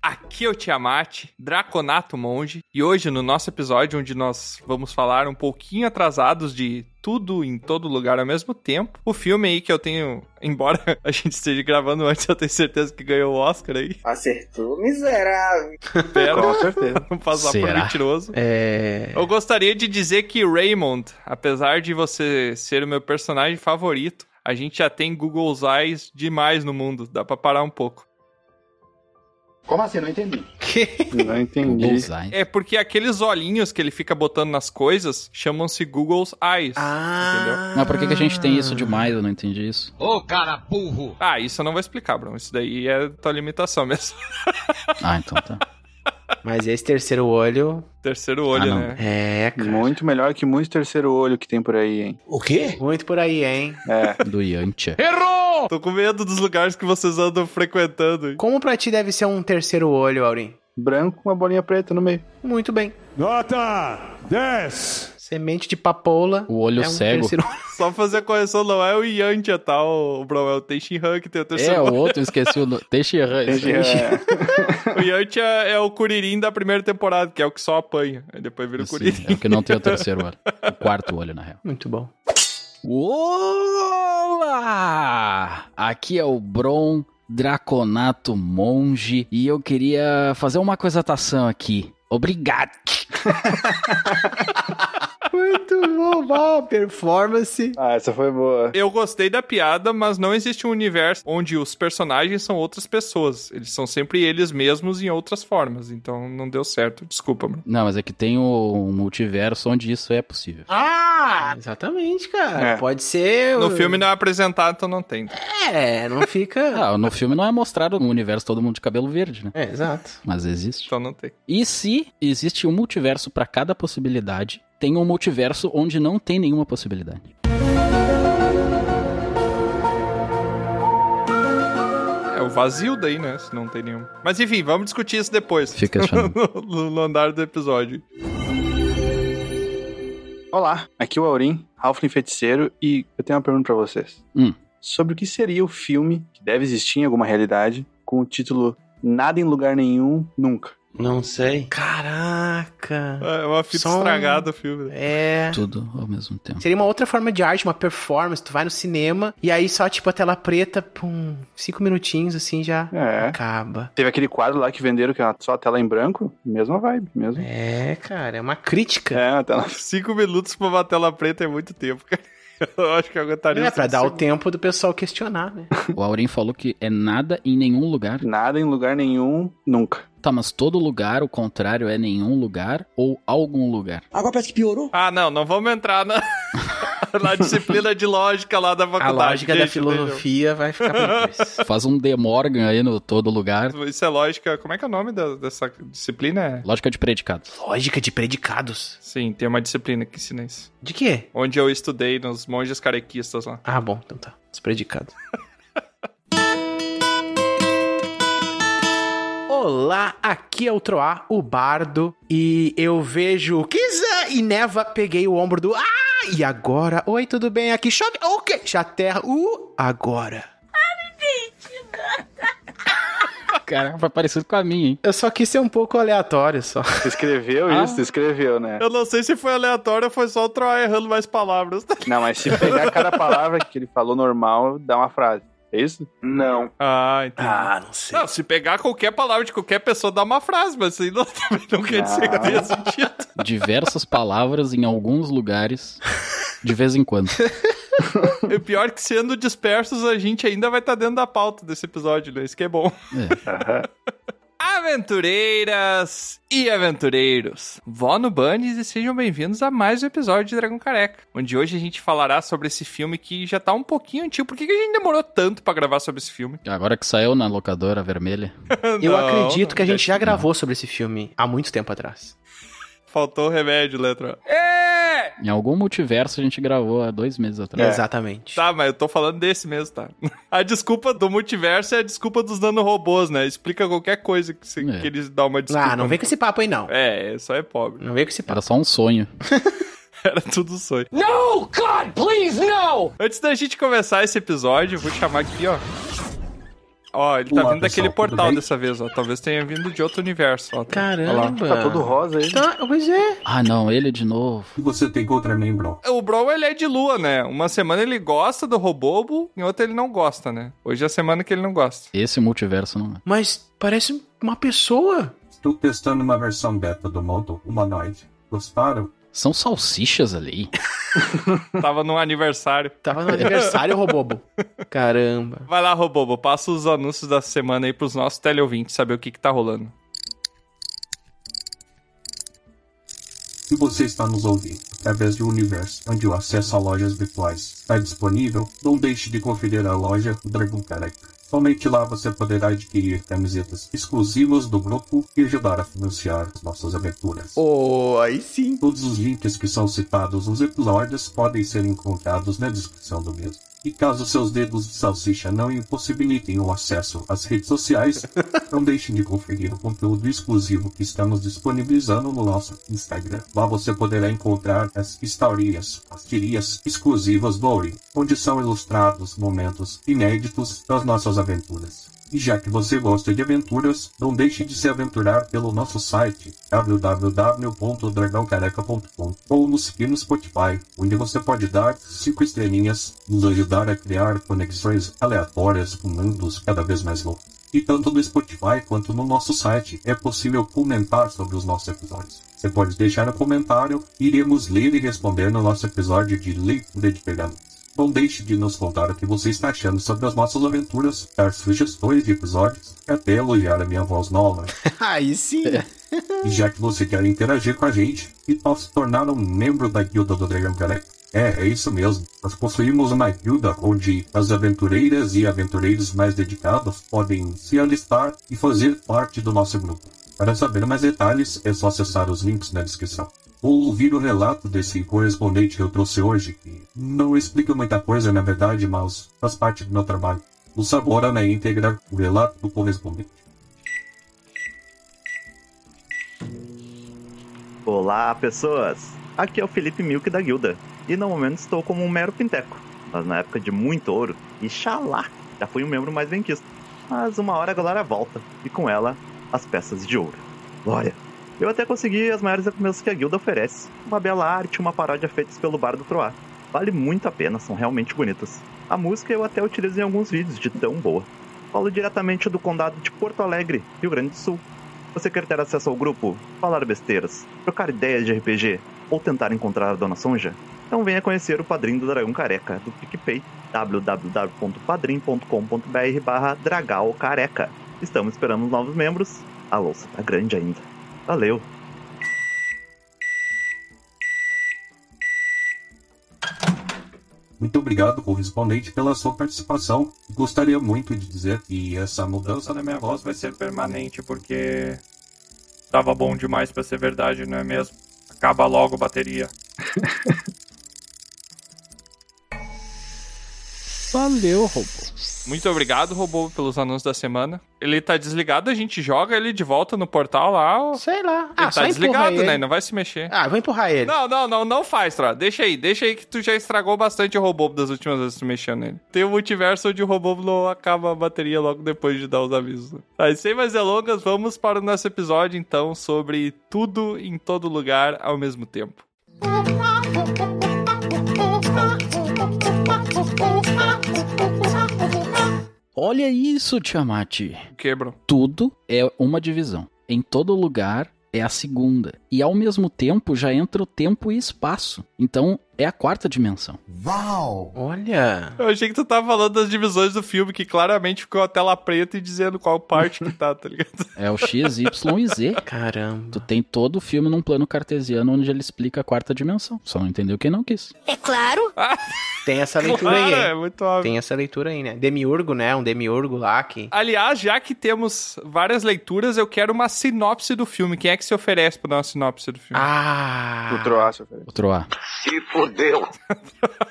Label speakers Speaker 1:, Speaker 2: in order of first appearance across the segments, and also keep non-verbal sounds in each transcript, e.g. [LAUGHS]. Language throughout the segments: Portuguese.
Speaker 1: Aqui é o Tiamat, Draconato Monge, e hoje no nosso episódio, onde nós vamos falar um pouquinho atrasados de tudo em todo lugar ao mesmo tempo. O filme aí que eu tenho, [LAUGHS] embora a gente esteja gravando antes, eu tenho certeza que ganhou o Oscar aí.
Speaker 2: Acertou, miserável.
Speaker 1: Pera, [LAUGHS]
Speaker 3: Com certeza.
Speaker 1: vamos passar por
Speaker 4: Será?
Speaker 1: mentiroso.
Speaker 4: É.
Speaker 1: Eu gostaria de dizer que Raymond, apesar de você ser o meu personagem favorito, a gente já tem Google Eyes demais no mundo, dá pra parar um pouco.
Speaker 5: Como assim? Não entendi.
Speaker 3: Não entendi.
Speaker 4: Bullseye.
Speaker 1: É porque aqueles olhinhos que ele fica botando nas coisas chamam-se Google's Eyes.
Speaker 2: Ah.
Speaker 4: Mas por que, que a gente tem isso demais? Eu não entendi [LAUGHS] isso.
Speaker 1: Ah, isso eu não vou explicar, Bruno. Isso daí é tua limitação [LAUGHS] mesmo.
Speaker 4: Ah, então tá.
Speaker 2: Mas esse terceiro olho
Speaker 1: Terceiro olho,
Speaker 4: Ah, não.
Speaker 1: né?
Speaker 2: é, cara.
Speaker 3: Muito melhor que muito terceiro olho que tem por aí, hein?
Speaker 2: Muito por aí, hein?
Speaker 3: É.
Speaker 4: Do Yantia.
Speaker 1: Tô com medo dos lugares que vocês andam frequentando.
Speaker 2: Como pra ti deve ser um terceiro olho, Aurim?
Speaker 3: Branco com uma bolinha preta no meio.
Speaker 2: Muito bem.
Speaker 6: Nota 10!
Speaker 2: Semente de papoula.
Speaker 4: O olho
Speaker 2: é um
Speaker 4: cego.
Speaker 2: terceiro-
Speaker 1: Só fazer a correção, não é o Yantia, tá? O Bruno, é o Tenshin Han que tem o
Speaker 4: É,
Speaker 1: terceiro
Speaker 4: o outro, eu esqueci o nome. Teixeira.
Speaker 3: É.
Speaker 1: O Yantia é o Kuririn da primeira temporada, que é o que só apanha. Aí depois vira o Kuririn. [LAUGHS]
Speaker 4: Sim, é o que não tem o terceiro olho. O quarto olho, na real.
Speaker 2: Muito bom.
Speaker 4: Olá! Aqui é o Bron Draconato Monge e eu queria fazer uma constatação aqui. Obrigado!
Speaker 2: Muito bom, [LAUGHS] bom. Performance.
Speaker 3: [LAUGHS] Ah, essa foi boa.
Speaker 1: Eu gostei da piada, mas não existe um universo onde os personagens são outras pessoas. Eles são sempre eles mesmos em outras formas. Então não deu certo. Desculpa, mano.
Speaker 4: Não, mas é que tem um multiverso onde isso é possível.
Speaker 2: Exatamente, cara.
Speaker 3: É.
Speaker 2: Pode ser.
Speaker 1: No filme não é apresentado, então não tem.
Speaker 2: É, não fica.
Speaker 4: [LAUGHS] Ah, no filme não é mostrado um universo todo mundo de cabelo verde, né?
Speaker 2: É, exato.
Speaker 4: Mas existe.
Speaker 1: Então não tem.
Speaker 4: E se existe um multiverso pra cada possibilidade, tem um multiverso onde não tem nenhuma possibilidade.
Speaker 1: É o vazio daí, né? Se não tem nenhum. Mas enfim, vamos discutir isso depois.
Speaker 4: Fica achando.
Speaker 1: [LAUGHS] no, no andar do episódio.
Speaker 3: Olá, aqui é o Aurim, Halfling Feiticeiro, e eu tenho uma pergunta pra vocês.
Speaker 4: Hum.
Speaker 3: Sobre o que seria o filme, que deve existir em alguma realidade, com o título Nada em Lugar Nenhum, Nunca.
Speaker 7: Não sei.
Speaker 2: Caraca.
Speaker 1: É uma fita
Speaker 2: Só um-
Speaker 1: estragada o filme. né?
Speaker 2: É.
Speaker 4: Tudo ao mesmo tempo.
Speaker 2: Seria uma outra forma de arte, uma performance. Tu vai no cinema e aí só, tipo, a tela preta, pum, cinco minutinhos assim já
Speaker 3: É.
Speaker 2: acaba.
Speaker 3: Teve aquele quadro lá que venderam que é só a tela em branco, mesma vibe, mesmo.
Speaker 2: É, cara, é uma crítica.
Speaker 3: É, uma tela.
Speaker 1: Cinco minutos pra uma tela preta é muito tempo, cara. [LAUGHS] Eu acho que eu aguentaria.
Speaker 2: É,
Speaker 1: uns
Speaker 2: pra dar o
Speaker 1: cinco
Speaker 2: tempo do pessoal questionar, né?
Speaker 4: O Aurim falou que é nada em nenhum lugar.
Speaker 3: Nada em lugar nenhum, nunca.
Speaker 4: Tá, mas todo lugar, o contrário, é nenhum lugar ou algum lugar.
Speaker 7: Agora parece que piorou.
Speaker 1: Ah, não, não vamos entrar na, [LAUGHS] na disciplina de lógica lá da
Speaker 2: A
Speaker 1: faculdade.
Speaker 2: lógica da
Speaker 1: Deixa,
Speaker 2: filosofia vai ficar [LAUGHS] pra depois.
Speaker 4: Faz um De Morgan aí no todo lugar.
Speaker 1: deixa. Isso é lógica. Como é que é o nome da- dessa disciplina? É-
Speaker 4: Lógica de [LAUGHS] predicados.
Speaker 2: Lógica de predicados.
Speaker 1: Sim, tem uma disciplina que ensina isso.
Speaker 2: De quê?
Speaker 1: Onde eu estudei nos monges carequistas lá.
Speaker 2: Ah, bom, então tá. Os predicados. [LAUGHS] Olá, aqui é o Troá, o bardo, e eu vejo Kiza e Neva, peguei o ombro do... Ah, e agora? Oi, tudo bem? Aqui chove? Ok, já terra, uh, agora.
Speaker 4: Caraca, foi parecido com a minha, hein?
Speaker 2: Eu só quis ser um pouco aleatório, só.
Speaker 3: Tu escreveu
Speaker 4: Ah.
Speaker 3: isso? Tu escreveu, né?
Speaker 1: Eu não sei se foi aleatório ou foi só o Troy errando mais palavras. [LAUGHS]
Speaker 3: Não, mas se pegar cada palavra que ele falou normal, dá uma frase. É isso? Não.
Speaker 1: Ah, entendi.
Speaker 2: não sei.
Speaker 1: Não, se pegar qualquer palavra de qualquer pessoa, dá uma frase, mas isso aí não, [LAUGHS] também não quer dizer que
Speaker 3: Não.
Speaker 2: Ah.
Speaker 1: tenha sentido.
Speaker 4: Diversas palavras em alguns lugares, de vez em quando.
Speaker 1: E o pior é que sendo dispersos, a gente ainda vai estar dentro da pauta desse episódio, né? Isso que é bom.
Speaker 4: É.
Speaker 1: [LAUGHS] Aventureiras e aventureiros, vó no Bunnies e sejam bem-vindos a mais um episódio de Dragão Careca, onde hoje a gente falará sobre esse filme que já tá um pouquinho antigo. Por que, que a gente demorou tanto pra gravar sobre esse filme?
Speaker 4: Agora que saiu na locadora vermelha.
Speaker 2: Eu
Speaker 1: Ah, Não,
Speaker 2: acredito
Speaker 1: não,
Speaker 2: que a gente
Speaker 1: deixa-
Speaker 2: já gravou sobre esse filme há muito tempo atrás.
Speaker 1: Faltou o remédio, letra.
Speaker 4: Em algum multiverso a gente gravou há dois meses atrás.
Speaker 2: Exatamente. Ah,
Speaker 1: Tá, mas eu tô falando desse mesmo, tá? [LAUGHS] A desculpa do multiverso é a desculpa dos nanorobôs, né? Explica qualquer coisa que, se-
Speaker 4: É.
Speaker 1: que eles dão uma desculpa.
Speaker 2: Ah, não vem com esse papo aí, não.
Speaker 1: É, só é pobre. [LAUGHS]
Speaker 2: Não vem com esse papo.
Speaker 4: Era só um sonho.
Speaker 1: Era tudo um sonho. No, God, please, no! Antes da gente começar esse episódio, eu vou chamar aqui, ó. Ó, ele tá
Speaker 5: Olá,
Speaker 1: vindo daquele
Speaker 5: pessoal, tudo
Speaker 1: portal
Speaker 5: bem?
Speaker 1: dessa vez, ó. Talvez tenha vindo de outro universo. Ó, tá- ó
Speaker 2: Caramba.
Speaker 3: Tá todo rosa aí.
Speaker 2: Tá, pois é.
Speaker 4: Ah, não, ele de novo.
Speaker 5: E você tem contra mim, bro?
Speaker 1: lá. O Bro, ele é de lua, né? Uma semana ele gosta do Robobo, em outra ele não gosta, né? Hoje é a semana que ele não
Speaker 5: [LAUGHS]
Speaker 1: gosta.
Speaker 4: Esse multiverso não é.
Speaker 2: Mas parece uma pessoa.
Speaker 5: Estou testando uma versão beta do modo humanoide. Gostaram?
Speaker 4: São salsichas ali.
Speaker 1: Tava num aniversário.
Speaker 2: Tava no aniversário, Robobo. Caramba.
Speaker 1: Vai lá, Robobo, passa os anúncios da semana aí pros nossos teleouvintes saber o que que tá rolando.
Speaker 5: E você está nos ouvindo através do universo, onde o acesso a lojas virtuais está disponível. Não deixe de conferir a loja Dragon Character. Somente lá você poderá adquirir camisetas exclusivas do grupo e ajudar a financiar as nossas aventuras.
Speaker 2: Oh, aí sim.
Speaker 5: Todos os links que são citados nos episódios podem ser encontrados na descrição do mesmo. E caso seus dedos de salsicha não impossibilitem o acesso às redes sociais, não deixem de conferir o conteúdo exclusivo que estamos disponibilizando no nosso Instagram. Lá você poderá encontrar as historias, as tirias exclusivas do Ori, onde são ilustrados momentos inéditos das nossas aventuras. E já que você gosta de aventuras, não deixe de se aventurar pelo nosso site www.dragãocareca.com ou nos seguir no Spotify, onde você pode dar 5 estrelinhas, nos ajudar a criar conexões aleatórias com mundos cada vez mais loucos. E tanto no Spotify quanto no nosso site é possível comentar sobre os nossos episódios. Você pode deixar um comentário, iremos ler e responder no nosso episódio de leitura de pergaminhos. Não deixe de nos contar o que você está achando sobre as nossas aventuras, dar sugestões de episódios e até elogiar a minha voz nova.
Speaker 2: Aí sim.
Speaker 5: E já que você quer interagir com a gente e tal se tornar um membro da Guilda do Dragão Careca. É, é isso mesmo. Nós possuímos uma guilda onde as aventureiras e aventureiros mais dedicados podem se alistar e fazer parte do nosso grupo. Para saber mais detalhes, é só acessar os links na descrição. Ou ouvir o relato desse correspondente que eu trouxe hoje, que não explica muita coisa na verdade, mas faz parte do meu trabalho. O sabor é na íntegra, o relato do correspondente.
Speaker 7: Olá, pessoas! Aqui é o Felipe Milk da Guilda, e no momento estou como um mero pinteco, mas na época de muito ouro, e xalá, já fui um membro mais benquisto. Mas uma hora a galera volta, e com ela, as peças de ouro. Glória! Eu até consegui as maiores recompensas que a guilda oferece, uma bela arte e uma paródia feitas pelo Bar do Troá. Vale muito a pena, são realmente bonitas. A música eu até utilizo em alguns vídeos, de tão boa. Falo diretamente do condado de Porto Alegre, Rio Grande do Sul. Você quer ter acesso ao grupo, falar besteiras, trocar ideias de RPG ou tentar encontrar a Dona Sonja? Então venha conhecer o Padrinho do Dragão Careca do PicPay, www.padrim.com.br barra Dragal Careca. Estamos esperando os novos membros. A louça tá grande ainda. Valeu!
Speaker 5: Muito obrigado, correspondente, pela sua participação. Gostaria muito de dizer que essa mudança na minha voz vai ser permanente.
Speaker 1: porque tava bom demais para ser verdade, não é mesmo? Acaba logo a bateria.
Speaker 4: [LAUGHS] Valeu, robô.
Speaker 1: Muito obrigado, Robô, pelos anúncios da semana. Ele tá desligado, a gente joga ele de volta no portal lá. ó. Ele
Speaker 2: Sei lá. Ah, só
Speaker 1: tá
Speaker 2: empurra
Speaker 1: desligado,
Speaker 2: ele.
Speaker 1: né? Não vai se mexer.
Speaker 2: Ah, vou empurrar ele.
Speaker 1: Não, não, não, não faz, Tro. Deixa aí, deixa aí que tu já estragou bastante o Robô das últimas vezes que tu mexeu nele. Tem um multiverso onde o Robô não acaba a bateria logo depois de dar os avisos. né? Tá, e sem mais delongas, vamos para o nosso episódio então sobre tudo em todo lugar ao mesmo tempo.
Speaker 4: Olha isso, Tiamat.
Speaker 1: Quebram.
Speaker 4: Tudo é uma divisão. Em todo lugar é a segunda. E ao mesmo tempo já entra o tempo e espaço. Então é a quarta dimensão.
Speaker 2: Olha.
Speaker 1: Eu achei que tu tava falando das divisões do filme, que claramente ficou a tela preta e dizendo qual parte que tá, tá ligado?
Speaker 4: É o X, Y e Z. Tu
Speaker 2: Caramba.
Speaker 4: tem todo o filme num plano cartesiano onde ele explica a quarta dimensão. Só não entendeu quem não quis.
Speaker 8: É claro,
Speaker 2: Tem essa leitura
Speaker 1: Claro,
Speaker 2: aí,
Speaker 1: é
Speaker 2: hein?
Speaker 1: muito óbvio.
Speaker 2: Tem essa leitura aí, né? Demiurgo, né? Um demiurgo lá que...
Speaker 1: Aliás, já que temos várias leituras, eu quero uma sinopse do filme. Quem é que se oferece pra dar uma sinopse do filme?
Speaker 2: Ah...
Speaker 3: O Troá, seu filho.
Speaker 4: Outro A.
Speaker 9: Se for
Speaker 8: fudeu.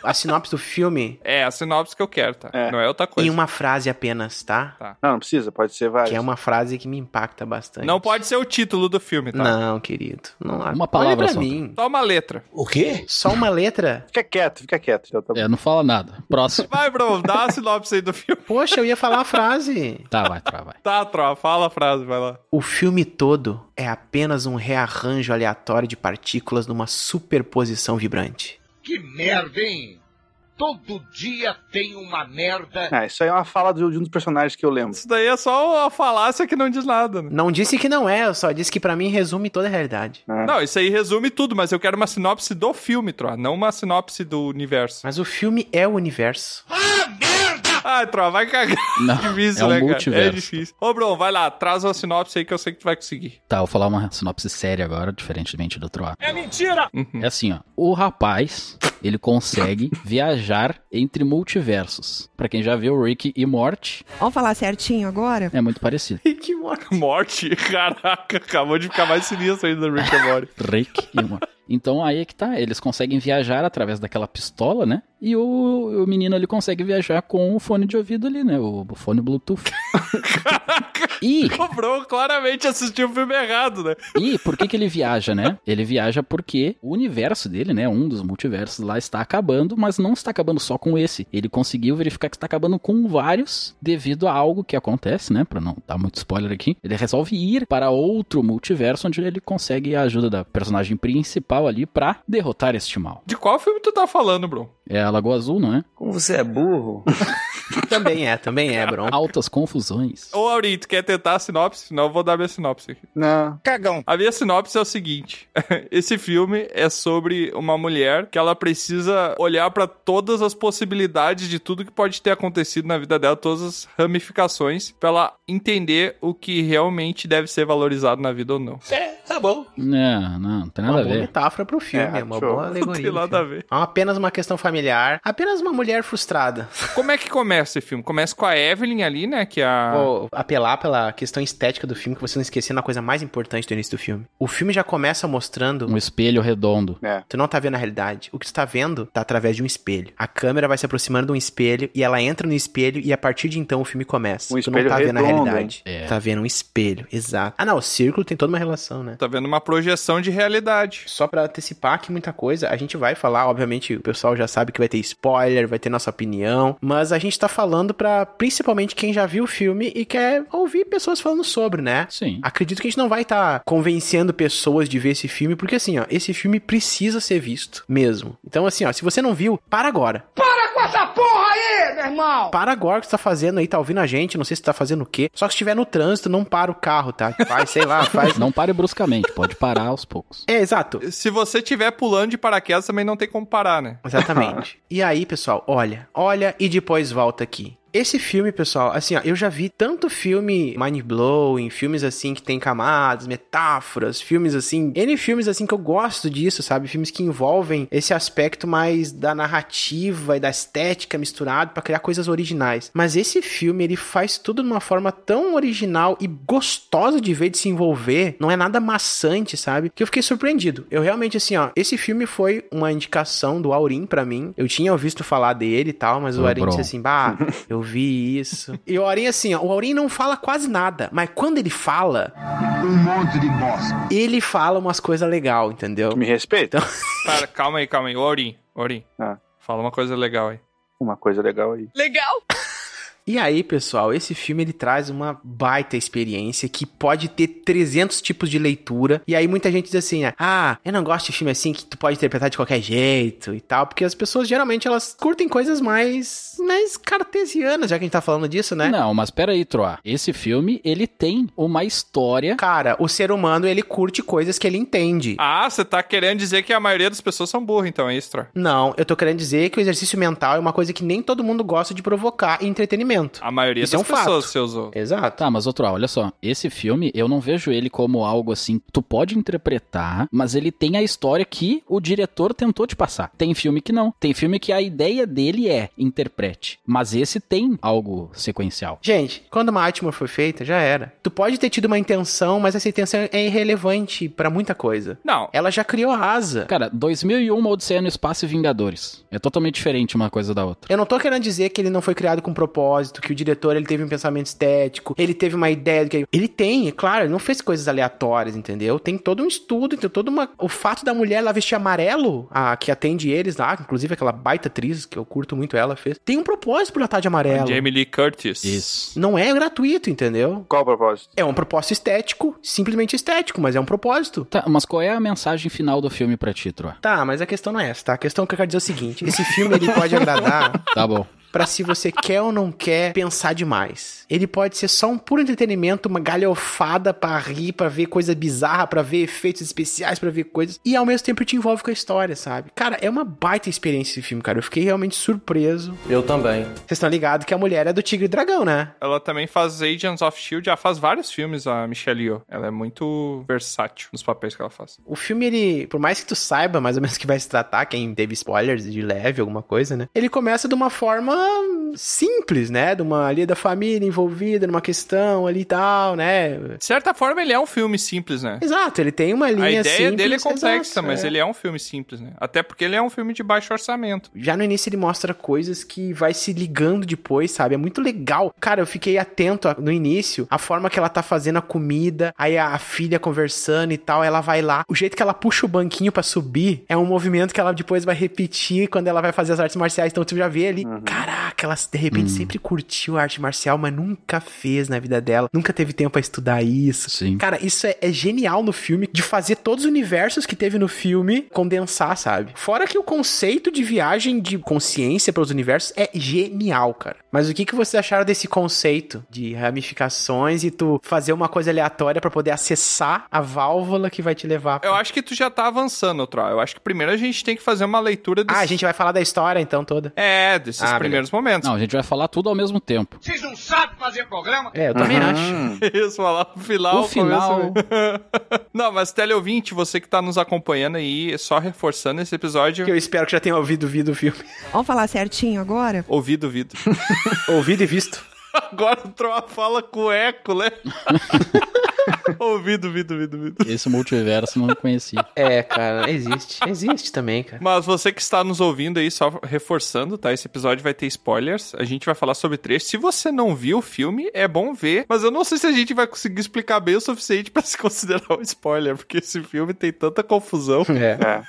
Speaker 2: A sinopse do filme
Speaker 1: É, a sinopse que eu quero, tá?
Speaker 3: É.
Speaker 1: Não é outra coisa.
Speaker 2: em uma frase apenas, tá?
Speaker 3: Não, não precisa, pode ser vários.
Speaker 2: Que é uma frase que me impacta bastante.
Speaker 1: Não pode ser o título do filme, tá?
Speaker 2: Não, querido. Não há.
Speaker 4: Uma palavra
Speaker 2: Olha pra
Speaker 4: só.
Speaker 2: mim.
Speaker 1: Só uma letra.
Speaker 9: O quê?
Speaker 2: Só uma letra?
Speaker 3: Fica quieto, fica quieto. Já tá bom.
Speaker 4: É, não fala nada. Próximo.
Speaker 1: Vai, bro, dá uma sinopse aí do filme.
Speaker 2: Poxa, eu ia falar a frase.
Speaker 4: Tá, vai, tá, vai.
Speaker 1: Tá, Troa, fala a frase, vai lá.
Speaker 2: O filme todo é apenas um rearranjo aleatório de partículas numa superposição vibrante.
Speaker 8: Que merda, hein? Todo dia tem uma merda.
Speaker 3: Ah, isso aí é uma fala do- de um dos personagens que eu lembro.
Speaker 1: Isso daí é só uma falácia que não diz nada, né?
Speaker 2: Não disse que não é, eu só disse que pra mim resume toda a realidade.
Speaker 3: Ah.
Speaker 1: Não, isso aí resume tudo, mas eu quero uma sinopse do filme, Troa, não uma sinopse do universo.
Speaker 2: Mas o filme é o universo.
Speaker 1: Ai, Troa, vai cagar.
Speaker 4: Não,
Speaker 1: Difícil,
Speaker 4: é um
Speaker 1: né, cara? É
Speaker 4: multiverso.
Speaker 1: difícil. Ô, Bruno, vai lá, traz uma sinopse aí que eu sei que tu vai conseguir.
Speaker 4: Tá, vou falar uma sinopse séria agora, diferentemente do Troar.
Speaker 1: Uhum.
Speaker 4: É assim, ó. O rapaz, ele consegue viajar entre multiversos. Pra quem já viu Rick e Morty,
Speaker 10: Vamos falar certinho agora?
Speaker 4: é muito parecido.
Speaker 2: que morte.
Speaker 1: Morte? Caraca, acabou de ficar mais sinistro ainda do Rick and
Speaker 4: [LAUGHS]
Speaker 1: Morty.
Speaker 4: Rick e Morty. Então aí é que tá, eles conseguem viajar através daquela pistola, né? E o, o menino ele consegue viajar com o fone de ouvido ali, né? O, o fone Bluetooth. e,
Speaker 1: O Bruno claramente assistiu o filme errado, né?
Speaker 4: e por que que ele viaja, né? Ele viaja porque o universo dele, né? Um dos multiversos lá está acabando, mas não está acabando só com esse. Ele conseguiu verificar que está acabando com vários devido a algo que acontece, né? Pra não dar muito spoiler aqui. Ele resolve ir para outro multiverso onde ele consegue a ajuda da personagem principal ali pra derrotar este mal.
Speaker 1: De qual filme tu tá falando, Bruno?
Speaker 4: É a Lagoa Azul, não é?
Speaker 9: Como você é burro?
Speaker 2: Também é, também é, Bron.
Speaker 4: Altas confusões.
Speaker 1: Ô, Aurinho, tu quer tentar a sinopse? Senão eu vou dar minha sinopse aqui.
Speaker 3: Não.
Speaker 9: Cagão.
Speaker 1: A minha sinopse é o seguinte: [LAUGHS] esse filme é sobre uma mulher que ela precisa olhar pra todas as possibilidades de tudo que pode ter acontecido na vida dela, todas as ramificações, pra ela entender o que realmente deve ser valorizado na vida ou não. [LAUGHS]
Speaker 9: É, tá bom.
Speaker 4: Não, não, não tem [LAUGHS] nada
Speaker 2: Uma
Speaker 4: a
Speaker 2: boa
Speaker 4: ver.
Speaker 2: metáfora pro filme,
Speaker 3: É,
Speaker 2: é, uma
Speaker 3: show.
Speaker 2: boa
Speaker 1: [LAUGHS] Não
Speaker 2: alegoria.
Speaker 1: tem nada a ver.
Speaker 2: É apenas uma questão familiar, apenas uma mulher frustrada.
Speaker 1: Como é que começa esse filme? Começa com a Evelyn ali, né? Que é a.
Speaker 3: Ah.
Speaker 2: Vou apelar pela questão estética do filme, que você não esquecendo a coisa mais importante do início do filme. O filme já começa mostrando
Speaker 3: Hum.
Speaker 4: Um espelho redondo.
Speaker 3: É.
Speaker 2: Tu não tá vendo a realidade. O que tu tá vendo tá através de um espelho. A câmera vai se aproximando de um espelho e ela entra no espelho e a partir de então o filme começa.
Speaker 3: Um
Speaker 2: tu não
Speaker 3: espelho
Speaker 2: tá vendo a
Speaker 3: redondo,
Speaker 2: realidade.
Speaker 4: hein? É.
Speaker 2: Tu tá vendo um espelho, exato. Ah, não, o círculo tem toda uma relação, né?
Speaker 1: Tá vendo uma projeção de realidade.
Speaker 2: Só pra antecipar aqui muita coisa, a gente vai falar, obviamente, o pessoal já sabe que vai ter spoiler, vai ter nossa opinião, mas a gente tá falando pra principalmente quem já viu o filme e quer ouvir pessoas falando sobre, né?
Speaker 4: Sim.
Speaker 2: Acredito que a gente não vai estar convencendo pessoas de ver esse filme, porque assim, ó, esse filme precisa ser visto mesmo. Então, assim, ó, se você não viu, para agora.
Speaker 8: Para com essa porra aí, meu irmão!
Speaker 2: Para agora que você tá fazendo aí, tá ouvindo a gente, não sei se tá fazendo o quê. Só que se estiver no trânsito, não para o carro, tá? Faz, sei lá, faz.
Speaker 4: [LAUGHS] Não pare bruscamente, pode parar aos poucos.
Speaker 2: É, exato.
Speaker 1: Se você tiver pulando de paraquedas, também não tem como parar, né?
Speaker 2: Exatamente. e aí, pessoal, olha, olha e depois volta aqui. Esse filme, pessoal, assim, ó, eu já vi tanto filme mind-blowing, filmes assim que tem camadas, metáforas, filmes assim, N filmes assim que eu gosto disso, sabe? Filmes que envolvem esse aspecto mais da narrativa e da estética misturado pra criar coisas originais. Mas esse filme, ele faz tudo de uma forma tão original e gostosa de ver, de se envolver, não é nada maçante, sabe? Que eu fiquei surpreendido. Eu realmente, assim, ó, esse filme foi uma indicação do Aurim pra mim. Eu tinha ouvido falar dele e tal, mas o
Speaker 4: Ô,
Speaker 2: Aurim
Speaker 4: Bron.
Speaker 2: disse assim, bah, eu vi isso. E o Aurim, assim, ó, o Aurim não fala quase nada, mas quando ele fala,
Speaker 6: Um monte de bosta.
Speaker 2: ele fala umas coisas legal, entendeu?
Speaker 3: Me respeita.
Speaker 2: Então.
Speaker 1: Para, calma aí, calma aí. Ô, Aurim, ô, Aurim.
Speaker 3: Ah.
Speaker 1: Fala uma coisa legal aí.
Speaker 3: Uma coisa legal aí.
Speaker 2: E aí, pessoal, esse filme ele traz uma baita experiência que pode ter 300 tipos de leitura. E aí muita gente diz assim, né, ah, eu não gosto de filme assim que tu pode interpretar de qualquer jeito e tal, porque as pessoas geralmente elas curtem coisas mais mais cartesianas, já que a gente tá falando disso, né?
Speaker 4: Não, mas peraí, Troa. Esse filme, ele tem uma história.
Speaker 2: Cara, o ser humano ele curte coisas que ele entende.
Speaker 1: Ah, você tá querendo dizer que a maioria das pessoas são burras, então, é isso, Troa?
Speaker 2: Não, eu tô querendo dizer que o exercício mental é uma coisa que nem todo mundo gosta de provocar em talento.
Speaker 1: A maioria
Speaker 2: Isso é
Speaker 1: das
Speaker 2: um fato.
Speaker 1: pessoas se usou.
Speaker 2: Exato.
Speaker 4: Tá, mas outro, olha só, esse filme eu não vejo ele como algo assim, tu pode interpretar, mas ele tem a história que o diretor tentou te passar. Tem filme que não, tem filme que a ideia dele é interprete, mas esse tem algo sequencial.
Speaker 2: Gente, quando uma Atman foi feita, já era. Tu pode ter tido uma intenção, mas essa intenção é irrelevante pra muita coisa.
Speaker 1: Não,
Speaker 2: Ela já criou a asa.
Speaker 4: Cara, 2001, uma um, Odisseia no Espaço e Vingadores. É totalmente diferente uma coisa da outra.
Speaker 2: Eu não tô querendo dizer que ele não foi criado com propósito, que o diretor ele teve um pensamento estético, ele teve uma ideia do que ele tem, é claro, ele não fez coisas aleatórias, entendeu? Tem todo um estudo, tem toda uma o fato da mulher lá vestir amarelo, a que atende eles lá, inclusive aquela baita atriz que eu curto muito ela fez. Tem um propósito pra É ela estar de amarelo.
Speaker 1: Jamie Lee Curtis.
Speaker 4: Isso.
Speaker 2: Não é gratuito, entendeu?
Speaker 3: Qual o propósito?
Speaker 2: É um propósito estético, simplesmente estético, mas é um propósito.
Speaker 4: Tá, mas qual é a mensagem final do filme pra ti, Troa?
Speaker 2: Tá, mas a questão não é essa, tá? A questão que eu quero dizer é o seguinte: esse filme ele
Speaker 4: [LAUGHS]
Speaker 2: pode agradar
Speaker 4: Tá bom.
Speaker 2: pra se você quer ou não quer pensar demais. Ele pode ser só um puro entretenimento, uma galhofada pra rir, pra ver coisa bizarra, pra ver efeitos especiais, pra ver coisas. E ao mesmo tempo te envolve com a história, sabe? Cara, é uma baita experiência esse filme, cara. Eu fiquei realmente surpreso.
Speaker 9: Eu também.
Speaker 2: Vocês estão ligados que a mulher é do Tigre e Dragão, né?
Speaker 1: Ela também faz Agents of S.H.I.E.L.D., já faz vários filmes, a Michelle Yeoh. Ela é muito versátil nos papéis que ela faz.
Speaker 2: O filme, ele, por mais que tu saiba mais ou menos [LAUGHS] que vai se tratar, quem teve spoilers de leve, alguma coisa, né? Ele começa de uma forma simples, né? De uma ali da família envolvida numa questão ali e tal, né?
Speaker 1: De certa forma, ele é um filme simples, né?
Speaker 2: Exato, ele tem uma linha
Speaker 1: A ideia
Speaker 2: simples,
Speaker 1: dele é complexa,
Speaker 2: exato,
Speaker 1: mas
Speaker 2: é.
Speaker 1: ele é um filme simples, né? Até porque ele é um filme de baixo orçamento.
Speaker 2: Já no início ele mostra coisas que vai se ligando depois, sabe? É muito legal. Cara, eu fiquei atento a- no início, a forma que ela tá fazendo a comida, aí a, a filha conversando e tal, ela vai lá. O jeito que ela puxa o banquinho pra subir é um movimento que ela depois vai repetir quando ela vai fazer as artes marciais. Então tu já vê ali, caraca, ela de repente sempre curtiu a arte marcial, mas nunca fez na vida dela, nunca teve tempo pra estudar isso.
Speaker 4: Sim.
Speaker 2: Cara, isso é, é genial no filme, de fazer todos os universos que teve no filme condensar, sabe? Fora que o conceito de viagem de consciência pelos universos é genial, cara. Mas o que, que vocês acharam desse conceito de ramificações e tu fazer uma coisa aleatória pra poder acessar a válvula que vai te levar? pra-
Speaker 1: Eu acho que tu já tá avançando, Troy. Eu acho que primeiro a gente tem que fazer uma leitura desses...
Speaker 2: Ah, a gente vai falar da história então toda.
Speaker 1: É, desses
Speaker 2: Ah,
Speaker 1: primeiros momentos.
Speaker 4: Não, a gente vai falar tudo ao mesmo tempo.
Speaker 8: Vocês não sabem fazer programa?
Speaker 2: É, eu também
Speaker 3: Uhum.
Speaker 2: acho.
Speaker 1: [LAUGHS] Isso, falar pro final.
Speaker 4: O final.
Speaker 1: começo- [LAUGHS] Não, mas teleouvinte, você que tá nos acompanhando aí, só reforçando esse episódio...
Speaker 2: Que eu espero que já tenha ouvido o vídeo do filme.
Speaker 10: Vamos falar certinho agora?
Speaker 1: Ouvido, ouvido. [LAUGHS]
Speaker 2: ouvido e visto.
Speaker 1: Agora o Troa fala com eco,
Speaker 4: [LAUGHS]
Speaker 1: né? [LAUGHS] ouvido, ouvido, ouvido, ouvido.
Speaker 4: Esse multiverso eu não conhecia.
Speaker 2: É, cara, existe. Existe também, cara.
Speaker 1: Mas você que está nos ouvindo aí, só reforçando, tá? Esse episódio vai ter spoilers. A gente vai falar sobre trechos. Se você não viu o filme, é bom ver. Mas eu não sei se a gente vai conseguir explicar bem o suficiente [LAUGHS] pra se considerar um spoiler, porque esse filme tem tanta confusão.
Speaker 2: [LAUGHS] É.
Speaker 3: É.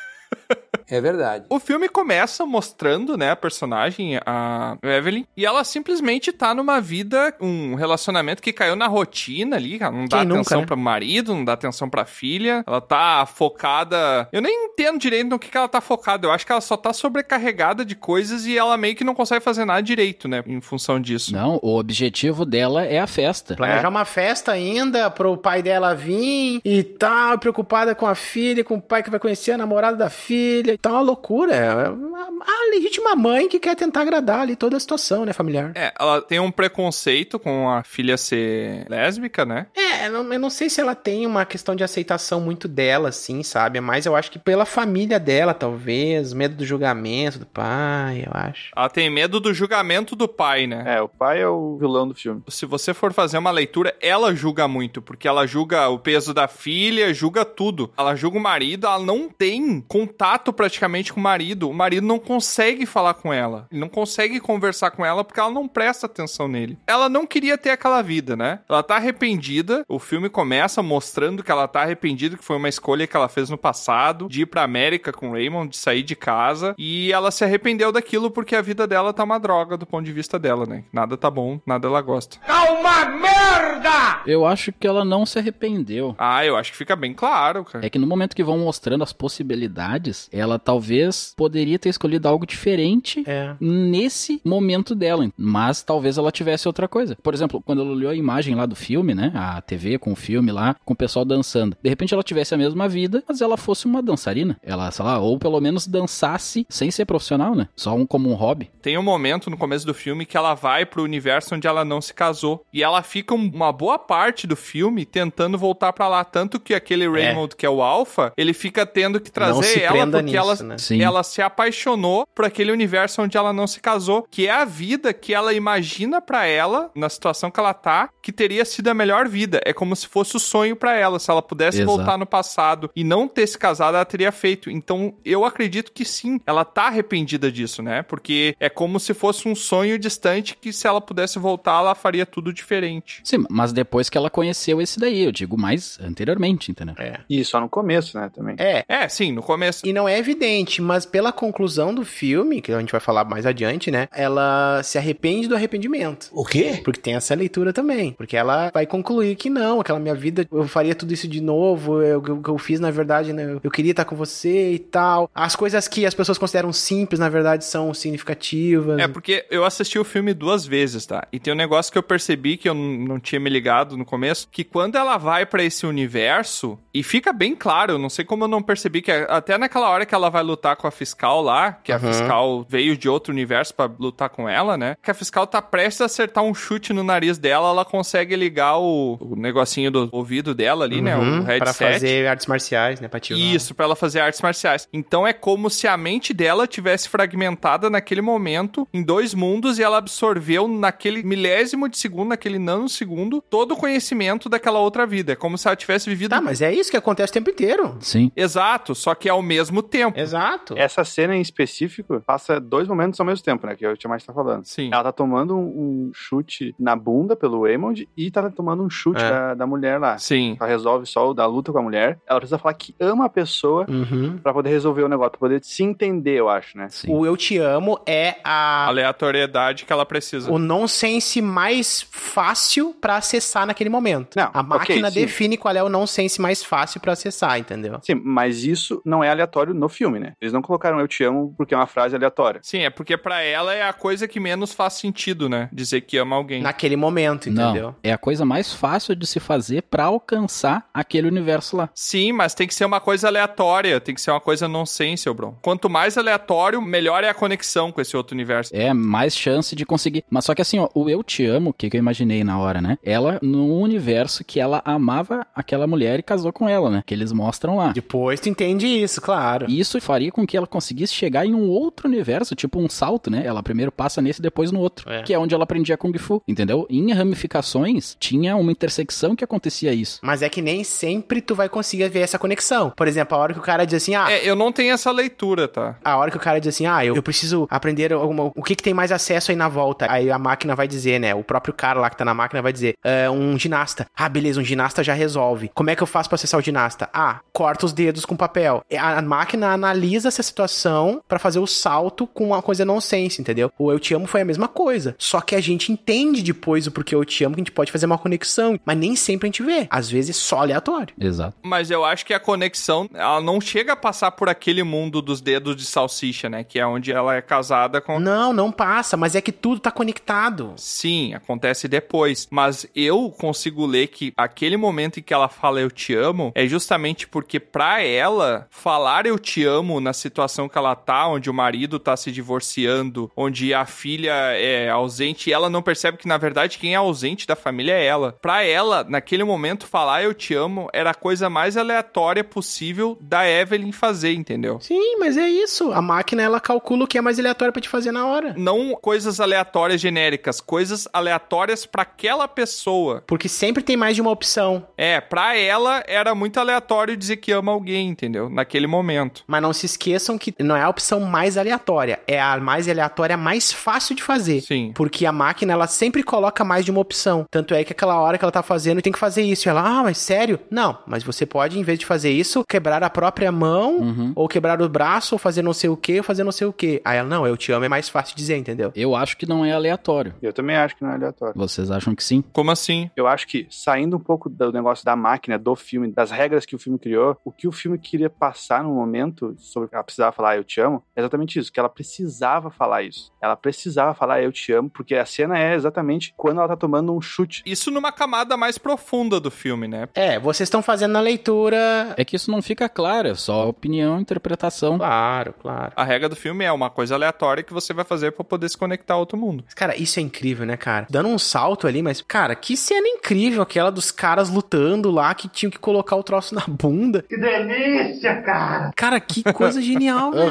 Speaker 9: É verdade.
Speaker 1: O filme começa mostrando, né, a personagem, a Evelyn, e ela simplesmente tá numa vida, um relacionamento que caiu na rotina ali, ela não dá
Speaker 2: Quem nunca,
Speaker 1: atenção
Speaker 2: né?
Speaker 1: pra marido, não dá atenção pra filha, ela tá focada. Eu nem entendo direito no que, que ela tá focada, eu acho que ela só tá sobrecarregada de coisas e ela meio que não consegue fazer nada direito, né, em função disso.
Speaker 4: Não, o objetivo dela é a festa.
Speaker 2: Planejar uma festa ainda pro pai dela vir e tal, preocupada com a filha, com o pai que vai conhecer a namorada da filha. Tá uma loucura. É uma, a legítima mãe que quer tentar agradar ali toda a situação, né, familiar.
Speaker 1: É, ela tem um preconceito com a filha ser lésbica, né?
Speaker 2: É, eu não, eu não sei se ela tem uma questão de aceitação muito dela, assim, sabe? Mas eu acho que pela família dela, talvez, medo do julgamento do pai, eu acho.
Speaker 1: Ela tem medo do julgamento do pai, né?
Speaker 3: É, o pai é o vilão do filme.
Speaker 1: se você for fazer uma leitura, ela julga muito, porque ela julga o peso da filha, julga tudo. Ela julga o marido, ela não tem contato praticamente com o marido. O marido não consegue falar com ela, ele não consegue conversar com ela porque ela não presta atenção nele. Ela não queria ter aquela vida, né? Ela tá arrependida. O filme começa mostrando que ela tá arrependida, que foi uma escolha que ela fez no passado de ir pra América com o Raymond, de sair de casa, e ela se arrependeu daquilo porque a vida dela tá uma droga do ponto de vista dela, né? Nada tá bom, nada ela gosta.
Speaker 8: Tá uma merda!
Speaker 4: Eu acho que ela não se arrependeu.
Speaker 1: Ah, eu acho que fica bem claro, cara.
Speaker 4: É que no momento que vão mostrando as possibilidades, ela ela talvez poderia ter escolhido algo diferente
Speaker 2: É.
Speaker 4: nesse momento dela, mas talvez ela tivesse outra coisa. Por exemplo, quando ela olhou a imagem lá do filme, né, a TV com o filme lá, com o pessoal dançando, de repente ela tivesse a mesma vida, mas ela fosse uma dançarina, ela, sei lá, ou pelo menos dançasse sem ser profissional, né, só um, como um hobby.
Speaker 1: Tem um momento no começo do filme que ela vai pro universo onde ela não se casou. E ela fica um- uma boa parte do filme tentando voltar pra lá. Tanto que aquele Raymond, que é o Alpha, ele fica tendo que trazer
Speaker 2: se
Speaker 1: ela
Speaker 2: prenda
Speaker 1: porque
Speaker 2: nisso,
Speaker 1: ela,
Speaker 2: né?
Speaker 4: Sim.
Speaker 1: ela se apaixonou por aquele universo onde ela não se casou. Que é a vida que ela imagina pra ela, na situação que ela tá, que teria sido a melhor vida. É como se fosse o sonho pra ela. Se ela pudesse
Speaker 4: Exato.
Speaker 1: voltar no passado e não ter se casado, ela teria feito. Então, eu acredito que sim, ela tá arrependida disso, né? Porque é como se fosse um sonho distante que se ela pudesse voltar, ela faria tudo diferente.
Speaker 4: Sim, mas depois que ela conheceu esse daí, eu digo mais anteriormente, entendeu?
Speaker 2: É.
Speaker 3: E só no começo, né, também.
Speaker 2: É,
Speaker 1: É, sim, no começo.
Speaker 2: E não é evidente, mas pela conclusão do filme, que a gente vai falar mais adiante, né? Ela se arrepende do arrependimento.
Speaker 9: O quê?
Speaker 2: Porque tem essa leitura também. Porque ela vai concluir que não, aquela minha vida, eu faria tudo isso de novo, eu- o que eu fiz, na verdade, né, eu queria estar com você e tal. As coisas que as pessoas consideram simples, na verdade, são significativas.
Speaker 1: É porque eu assisti o filme duas vezes, tá? E tem um negócio que eu percebi que eu n- não tinha me ligado no começo, que quando ela vai pra esse universo, e fica bem claro, eu não sei como eu não percebi que a- até naquela hora que ela vai lutar com a fiscal lá, que a
Speaker 2: Uhum.
Speaker 1: fiscal veio de outro universo pra lutar com ela, né? Que a fiscal tá prestes a acertar um chute no nariz dela, ela consegue ligar o, o negocinho do ouvido dela ali, né? O
Speaker 2: Uhum,
Speaker 1: headset.
Speaker 2: Pra fazer artes marciais, né? Pra ativar.
Speaker 1: Isso, pra ela fazer artes marciais. Então é como se a mente dela tivesse fragmentada naquele momento em dois mundos e ela absorveu naquele milésimo de segundo, naquele nanosegundo, todo o conhecimento daquela outra vida. É como se ela tivesse vivido.
Speaker 2: Tá, mas é isso que acontece o tempo inteiro.
Speaker 4: Sim.
Speaker 1: Exato, só que ao mesmo tempo.
Speaker 2: Exato.
Speaker 1: É.
Speaker 3: Essa cena em específico passa dois momentos ao mesmo tempo, né? Que o Tia mais tá falando.
Speaker 1: Sim.
Speaker 3: Ela tá tomando um, um chute na bunda pelo Raymond e tá tomando um chute
Speaker 2: É.
Speaker 3: da, da mulher lá.
Speaker 2: tá
Speaker 1: Sim.
Speaker 3: Ela resolve só o da luta com a mulher. Ela precisa falar que ama a pessoa
Speaker 2: Uhum.
Speaker 3: pra poder resolver o negócio, pra poder se entender, eu acho, né?
Speaker 4: Sim.
Speaker 2: O eu te amo é
Speaker 1: A
Speaker 2: a
Speaker 1: Aleatoriedade que ela precisa.
Speaker 2: o nonsense mais fácil pra acessar naquele momento.
Speaker 3: Não,
Speaker 2: a
Speaker 3: ok,
Speaker 2: máquina
Speaker 3: sim.
Speaker 2: define qual é o nonsense mais fácil pra acessar, entendeu?
Speaker 3: Sim, mas isso não é aleatório no filme, né? Eles não colocaram eu te amo porque é uma frase aleatória.
Speaker 1: Sim, é porque pra ela é a coisa que menos faz sentido, né? Dizer que ama alguém.
Speaker 2: Naquele momento, entendeu?
Speaker 4: Não, é a coisa mais fácil de se fazer pra alcançar aquele universo lá.
Speaker 1: Sim, mas tem que ser uma coisa aleatória, tem que ser uma coisa nonsense, ô Bron. Quanto mais aleatório, melhor é a conexão com esse outro universo.
Speaker 4: É, mais chance de conseguir. Mas só que assim, ó, o Eu Te Amo, o que, que eu imaginei na hora, né? Ela, no universo que ela amava aquela mulher e casou com ela, né? Que eles mostram lá.
Speaker 2: Depois tu entende isso, claro.
Speaker 4: E Isso faria com que ela conseguisse chegar em um outro universo, tipo um salto, né? Ela primeiro passa nesse, depois no outro,
Speaker 2: É.
Speaker 4: que é onde ela aprendia Kung Fu, entendeu? Em ramificações, tinha uma intersecção que acontecia isso.
Speaker 2: Mas é que nem sempre tu vai conseguir ver essa conexão. Por exemplo, a hora que o cara diz assim, ah,
Speaker 1: É, eu não tenho essa leitura, tá?
Speaker 2: a hora que o cara diz assim, ah, eu, eu preciso aprender alguma- o que, que tem mais acesso aí na volta. Aí a máquina vai dizer, né? O próprio cara lá que tá na máquina vai dizer, é, um ginasta. Ah, beleza, um ginasta já resolve. Como é que eu faço pra acessar o ginasta? Ah, corta os dedos com papel. É, A, a máquina analisa essa situação pra fazer o salto com uma coisa nonsense, entendeu? O eu te amo foi a mesma coisa. Só que a gente entende depois o porquê eu te amo, que a gente pode fazer uma conexão. Mas nem sempre a gente vê. Às vezes só aleatório.
Speaker 4: Exato.
Speaker 1: Mas eu acho que a conexão, ela não chega a passar por aquele mundo dos dedos de salsicha, né? Que é onde ela é casada com.
Speaker 2: Não, não passa, mas é que tudo tá conectado.
Speaker 1: Sim, acontece depois. Mas eu consigo ler que aquele momento em que ela fala eu te amo é justamente porque, pra ela, falar eu te amo na situação que ela tá, onde o marido tá se divorciando, onde a filha é ausente e ela não percebe que, na verdade, quem é ausente da família é ela. Pra ela, naquele momento, falar eu te amo era a coisa mais aleatória possível da Evelyn fazer, entendeu?
Speaker 2: Sim, mas é isso. A máquina ela calcula o que é mais aleatório pra te fazer na hora.
Speaker 1: Não coisas aleatórias genéricas, coisas aleatórias pra aquela pessoa.
Speaker 2: Porque sempre tem mais de uma opção,
Speaker 1: É, pra ela era muito aleatório dizer que ama alguém, entendeu? Naquele momento.
Speaker 2: mas não se esqueçam que não é a opção mais aleatória, é a mais aleatória mais fácil de fazer.
Speaker 1: Sim.
Speaker 2: Porque a máquina ela sempre coloca mais de uma opção. Tanto é que aquela hora que ela tá fazendo tem que fazer isso. E ela, ah, mas sério? Não, mas você pode, em vez de fazer isso, quebrar a própria mão,
Speaker 4: Uhum.
Speaker 2: ou quebrar o braço, ou fazer não sei o que, ou fazer não sei o que. Aí ela, não, eu te amo, é mais fácil dizer, entendeu?
Speaker 4: Eu acho que não é aleatório.
Speaker 3: Eu também acho que não é aleatório.
Speaker 4: Vocês acham que sim?
Speaker 1: Como assim?
Speaker 3: Eu acho que, saindo um pouco do negócio da máquina, do filme, das regras que o filme criou, o que o filme queria passar no momento muito sobre o que ela precisava falar eu te amo, é exatamente isso, que ela precisava falar isso. Ela precisava falar eu te amo, porque a cena é exatamente quando ela tá tomando um chute.
Speaker 1: Isso numa camada mais profunda do filme, né?
Speaker 2: É, vocês estão fazendo a leitura.
Speaker 4: É que isso não fica claro, é só opinião, interpretação.
Speaker 2: Claro, claro.
Speaker 1: A regra do filme é uma coisa aleatória que você vai fazer pra poder se conectar ao outro mundo.
Speaker 2: Mas, Cara, isso é incrível, né, cara? Dando um salto ali, mas, cara, que cena incrível aquela dos caras lutando lá que tinham que colocar o troço na bunda.
Speaker 6: Que delícia, cara! Né?
Speaker 2: Cara, que coisa
Speaker 6: [LAUGHS]
Speaker 2: genial, velho.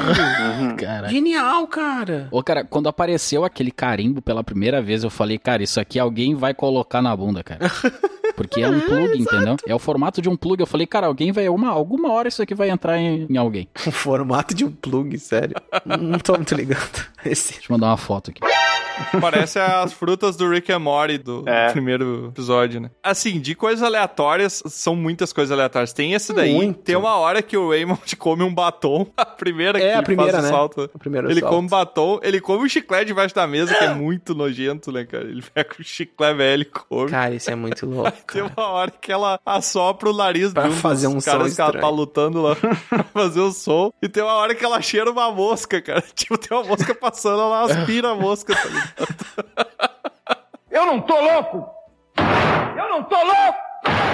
Speaker 4: Cara.
Speaker 2: Genial, cara.
Speaker 4: Ô, cara, quando apareceu aquele carimbo pela primeira vez, eu falei, cara, isso aqui alguém vai colocar na bunda, cara. Porque é um plug, entendeu? É o formato de um plug. Eu falei, cara, alguém vai. Uma, alguma hora isso aqui vai entrar em, em alguém.
Speaker 2: O formato de um plug, sério. Não tô muito ligado. [LAUGHS] Esse...
Speaker 4: Deixa eu mandar uma foto aqui.
Speaker 2: [LAUGHS]
Speaker 1: Parece as frutas do Rick and Morty do, do
Speaker 3: É.
Speaker 1: primeiro episódio, né? Assim, de coisas aleatórias, são muitas coisas aleatórias. Tem esse daí,
Speaker 2: Muito.
Speaker 1: tem uma hora que o Raymond [LAUGHS] come um batom, a primeira que
Speaker 2: É a
Speaker 1: ele
Speaker 2: primeira,
Speaker 1: faz o
Speaker 2: né?
Speaker 1: salto.
Speaker 2: O primeiro
Speaker 1: Ele
Speaker 2: salto.
Speaker 1: come batom, ele come um chiclete debaixo da mesa, que é muito nojento, né, cara? Ele pega o chiclete velho e come.
Speaker 2: Cara, isso é muito louco.
Speaker 1: Tem um
Speaker 2: cara.
Speaker 1: uma hora que ela assopra o nariz
Speaker 2: Pra
Speaker 1: de um
Speaker 2: fazer um
Speaker 1: dos caras
Speaker 2: som
Speaker 1: que ela tá
Speaker 2: estranho.
Speaker 1: lutando lá [LAUGHS] pra fazer o som. E tem uma hora que ela cheira uma mosca, cara. [LAUGHS] Tipo, tem uma mosca passando, ela aspira a mosca, tá ligado?
Speaker 6: Eu não tô louco! Eu não tô louco!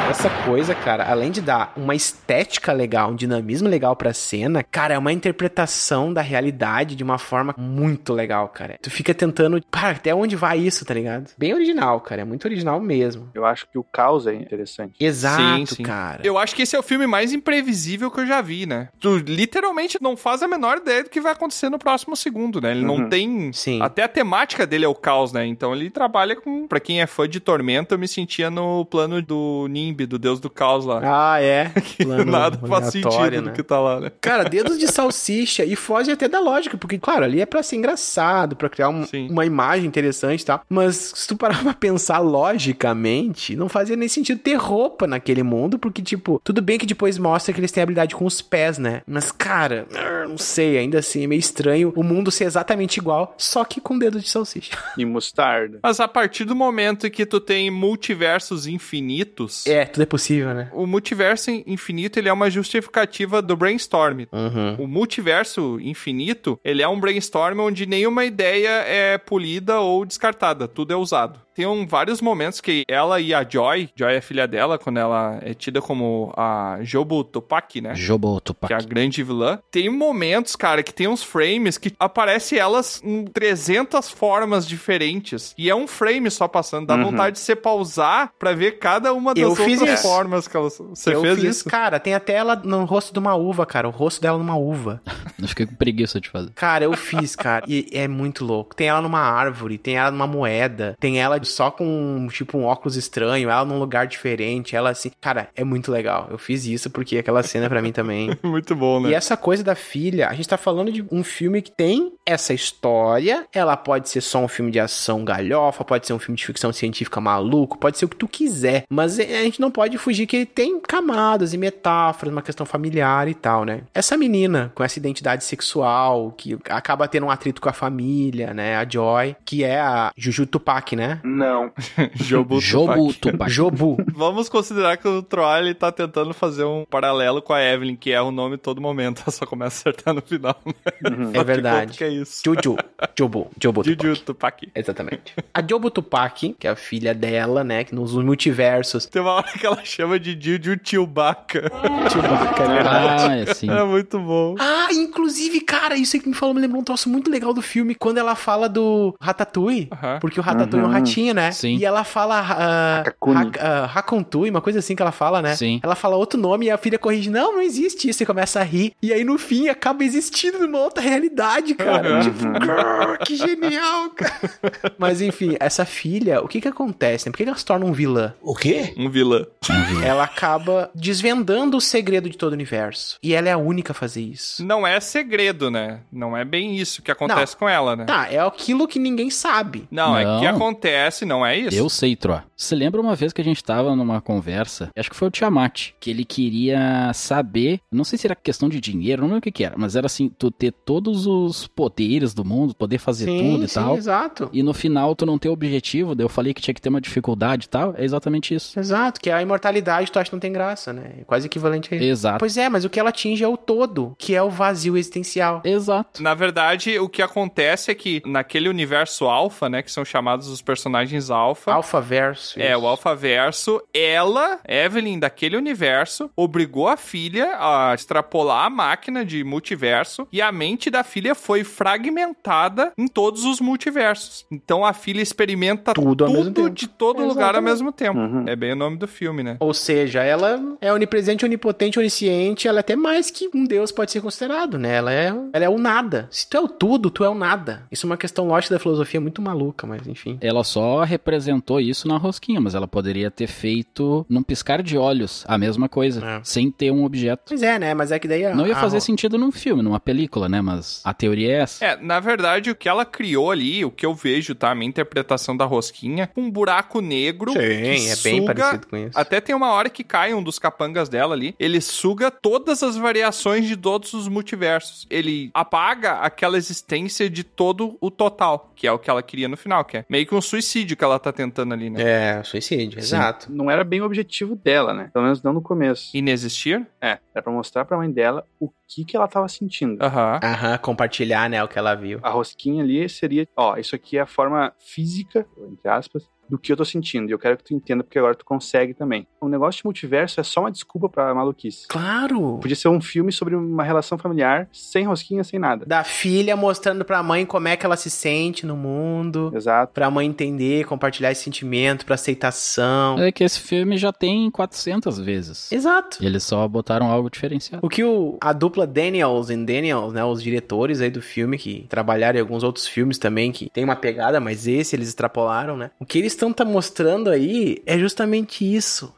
Speaker 2: Essa coisa, cara, além de dar uma estética legal, um dinamismo legal pra cena, cara, é uma interpretação da realidade de uma forma muito legal, cara. Tu fica tentando, cara, até onde vai isso, tá ligado? Bem original, cara, é muito original mesmo.
Speaker 3: Eu acho que o caos é interessante.
Speaker 2: Exato,
Speaker 1: sim.
Speaker 2: cara.
Speaker 1: Eu acho que esse é o filme mais imprevisível que eu já vi, né? Tu literalmente não faz a menor ideia do que vai acontecer no próximo segundo, né? Ele não
Speaker 3: Uhum.
Speaker 1: tem.
Speaker 2: Sim.
Speaker 1: Até a temática dele é o caos, né? Então ele trabalha com. Pra quem é fã de Tormenta, eu me sentia no plano do Nimbi, do deus do caos [LAUGHS] lá.
Speaker 2: Ah, é. Plano
Speaker 1: Nada faz
Speaker 2: aleatório,
Speaker 1: sentido
Speaker 2: né?
Speaker 1: do que tá lá, né?
Speaker 2: Cara, dedos de salsicha e foge até da lógica, porque, claro, ali é pra ser engraçado, pra criar um-
Speaker 1: Sim.
Speaker 2: uma imagem interessante e tal. Mas se tu parar [LAUGHS] pra pensar logicamente, não fazia nem sentido ter roupa naquele mundo, porque, tipo, tudo bem que depois mostra que eles têm habilidade com os pés, né? Mas, cara, ah, não sei, ainda assim é meio estranho o mundo ser exatamente igual, só que com dedos de salsicha. [LAUGHS]
Speaker 3: E mostarda.
Speaker 1: Mas a partir do momento em que tu tem multiversos infinitos.
Speaker 2: É, tudo é possível, né?
Speaker 1: O multiverso infinito ele é uma justificativa do brainstorm,
Speaker 2: Uhum.
Speaker 1: O multiverso infinito, ele é um brainstorm onde nenhuma ideia é polida ou descartada, tudo é usado. Tem um- vários momentos que ela e a Joy, Joy é filha dela, quando ela é tida como a Jobo Tupac, né? Que é
Speaker 4: Jobou,
Speaker 1: a
Speaker 4: Tupac.
Speaker 1: grande vilã. Tem momentos, cara, que tem uns frames que aparece elas em 300 formas diferentes. E é um frame só passando. Dá
Speaker 3: Uhum.
Speaker 1: vontade de você pausar pra ver cada uma das
Speaker 2: Eu fiz
Speaker 1: outras
Speaker 2: isso.
Speaker 1: formas que elas... Você
Speaker 2: Eu
Speaker 1: fez
Speaker 2: fiz,
Speaker 1: isso? [LAUGHS]
Speaker 2: cara, tem até ela no rosto de uma uva, cara, o rosto dela numa uva.
Speaker 4: Eu fiquei com preguiça de fazer.
Speaker 2: Cara, eu fiz, cara. E é muito louco. Tem ela numa árvore, tem ela numa moeda, tem ela só com, tipo, um óculos estranho, ela num lugar diferente, ela assim. Cara, é muito legal. Eu fiz isso porque aquela cena pra mim também.
Speaker 1: Muito bom, né?
Speaker 2: E essa coisa da filha, a gente tá falando de um filme que tem essa história. Ela pode ser só um filme de ação galhofa, pode ser um filme de ficção científica maluco, pode ser o que tu quiser. Mas é, a gente não pode fugir que ele tem camadas e metáforas, uma questão familiar e tal, né? Essa menina com essa identidade sexual, que acaba tendo um atrito com a família, né? A Joy, que é a Juju Tupac, né?
Speaker 1: Hum.
Speaker 3: Não.
Speaker 1: Jobo
Speaker 4: Jobo, Tupac.
Speaker 2: Jobu.
Speaker 1: Vamos considerar que o Troy ele tá tentando fazer um paralelo com a Evelyn, que erra o nome todo momento, [LAUGHS] ela só começa a acertar no final. né? Afinal de
Speaker 2: verdade.
Speaker 1: contas, Que é isso.
Speaker 2: Juju. Jobu. Jobu Tupac.
Speaker 1: Juju Tupac.
Speaker 2: Exatamente. A Jobu Tupac, que é a filha dela, né? Que nos multiversos.
Speaker 1: Tem uma hora que ela chama de Juju Chewbacca.
Speaker 2: Chewbacca, é verdade.
Speaker 4: Ah, é sim.
Speaker 1: [LAUGHS] É muito bom.
Speaker 2: Ah, inclusive, cara, isso aí que me falou me lembrou um troço muito legal do filme, quando ela fala do Ratatouille.
Speaker 1: Aham.
Speaker 2: Porque o Ratatouille é um
Speaker 3: Uhum.
Speaker 2: ratinho, né?
Speaker 4: Sim.
Speaker 2: E ela fala. ah,
Speaker 3: Hakakuni.
Speaker 2: Hak- ah, Hakontui, uma coisa assim que ela fala, né?
Speaker 4: Sim.
Speaker 2: Ela fala outro nome e a filha corrige: Não, não existe isso. E começa a rir. E aí, no fim, acaba existindo numa outra realidade, cara.
Speaker 1: Uhum.
Speaker 2: Tipo, grrr, que genial,
Speaker 4: [LAUGHS]
Speaker 2: cara. Mas enfim, essa filha, o que que acontece? Né? Por que que ela se torna um vilã?
Speaker 9: O quê?
Speaker 1: Um vilã.
Speaker 2: ela acaba desvendando o segredo de todo o universo. E ela é a única a fazer isso.
Speaker 1: Não é segredo, né? Não é bem isso que acontece com ela, né?
Speaker 2: Tá, é aquilo que ninguém sabe.
Speaker 1: Não, é
Speaker 4: Não.
Speaker 1: que acontece acontece não é isso?
Speaker 4: Eu sei, Troa. Você lembra uma vez que a gente tava numa conversa, acho que foi o Tiamat, que ele queria saber, não sei se era questão de dinheiro, não lembro o que que era, mas era assim, tu ter todos os poderes do mundo, poder fazer
Speaker 2: Sim,
Speaker 4: tudo e
Speaker 2: sim,
Speaker 4: tal.
Speaker 2: exato.
Speaker 4: E no final tu não ter objetivo, daí eu falei que tinha que ter uma dificuldade e tal, é exatamente isso.
Speaker 2: Exato, que é a imortalidade tu acha que não tem graça, né? É quase equivalente a isso.
Speaker 4: Exato.
Speaker 2: Pois é, mas o que ela atinge é o todo, que é o vazio existencial.
Speaker 4: Exato.
Speaker 1: Na verdade, o que acontece é que naquele universo alfa, né, que são chamados os personagens alfa,
Speaker 2: Alfaverso.
Speaker 1: é
Speaker 2: isso.
Speaker 1: o alfaverso, ela, Evelyn daquele universo, obrigou a filha a extrapolar a máquina de multiverso e a mente da filha foi fragmentada em todos os multiversos. Então a filha experimenta
Speaker 2: Tudo ao mesmo tempo.
Speaker 1: de todo lugar ao
Speaker 2: Exatamente.
Speaker 1: mesmo tempo.
Speaker 3: Uhum.
Speaker 1: É bem o nome do filme, né?
Speaker 2: Ou seja, ela é onipresente, onipotente, onisciente, ela é até mais que um deus pode ser considerado, né? Ela é, ela é o nada. Se tu é o tudo, tu é o nada. Isso é uma questão lógica da filosofia muito maluca, mas enfim.
Speaker 4: Ela só representou isso na rosquinha, mas ela poderia ter feito num piscar de olhos a mesma coisa,
Speaker 2: É.
Speaker 4: sem ter um objeto.
Speaker 2: Pois é, né? Mas é que daí... a-
Speaker 4: Não ia
Speaker 2: a-
Speaker 4: fazer sentido num filme, numa película, né? Mas a teoria é essa.
Speaker 1: É, na verdade, o que ela criou ali, o que eu vejo, tá? A minha interpretação da rosquinha, um buraco negro.
Speaker 2: Sim,
Speaker 1: que
Speaker 2: é bem
Speaker 1: suga-
Speaker 2: parecido com isso.
Speaker 1: Até tem uma hora que cai um dos capangas dela ali. Ele suga todas as variações de todos os multiversos. Ele apaga aquela existência de todo o total, que é o que ela queria no final, que é meio que um suicídio que ela tá tentando ali, né?
Speaker 2: É, suicídio,
Speaker 4: Sim.
Speaker 2: exato.
Speaker 3: Não era bem o objetivo dela, né? Pelo menos não no começo.
Speaker 1: Inexistir?
Speaker 3: É, era pra mostrar pra mãe dela o que que ela tava sentindo.
Speaker 2: Ah.
Speaker 1: Aham.
Speaker 2: Aham, compartilhar, né, o que ela viu.
Speaker 3: A rosquinha ali seria, ó, isso aqui é a forma física, entre aspas, do que eu tô sentindo. E eu quero que tu entenda, porque agora tu consegue também. O negócio de multiverso é só uma desculpa pra maluquice.
Speaker 2: Claro!
Speaker 3: Podia ser um filme sobre uma relação familiar, sem rosquinha, sem nada.
Speaker 2: Da filha mostrando pra mãe como é que ela se sente no mundo,
Speaker 3: Exato.
Speaker 2: pra mãe entender, compartilhar esse sentimento, pra aceitação.
Speaker 4: É que esse filme já tem 400 vezes.
Speaker 2: Exato.
Speaker 4: E eles só botaram algo diferenciado.
Speaker 2: O que o, a dupla Daniels and Daniels, né, os diretores aí do filme que trabalharam em alguns outros filmes também que tem uma pegada, mas esse eles extrapolaram, né? O que eles estão tá mostrando aí é justamente isso.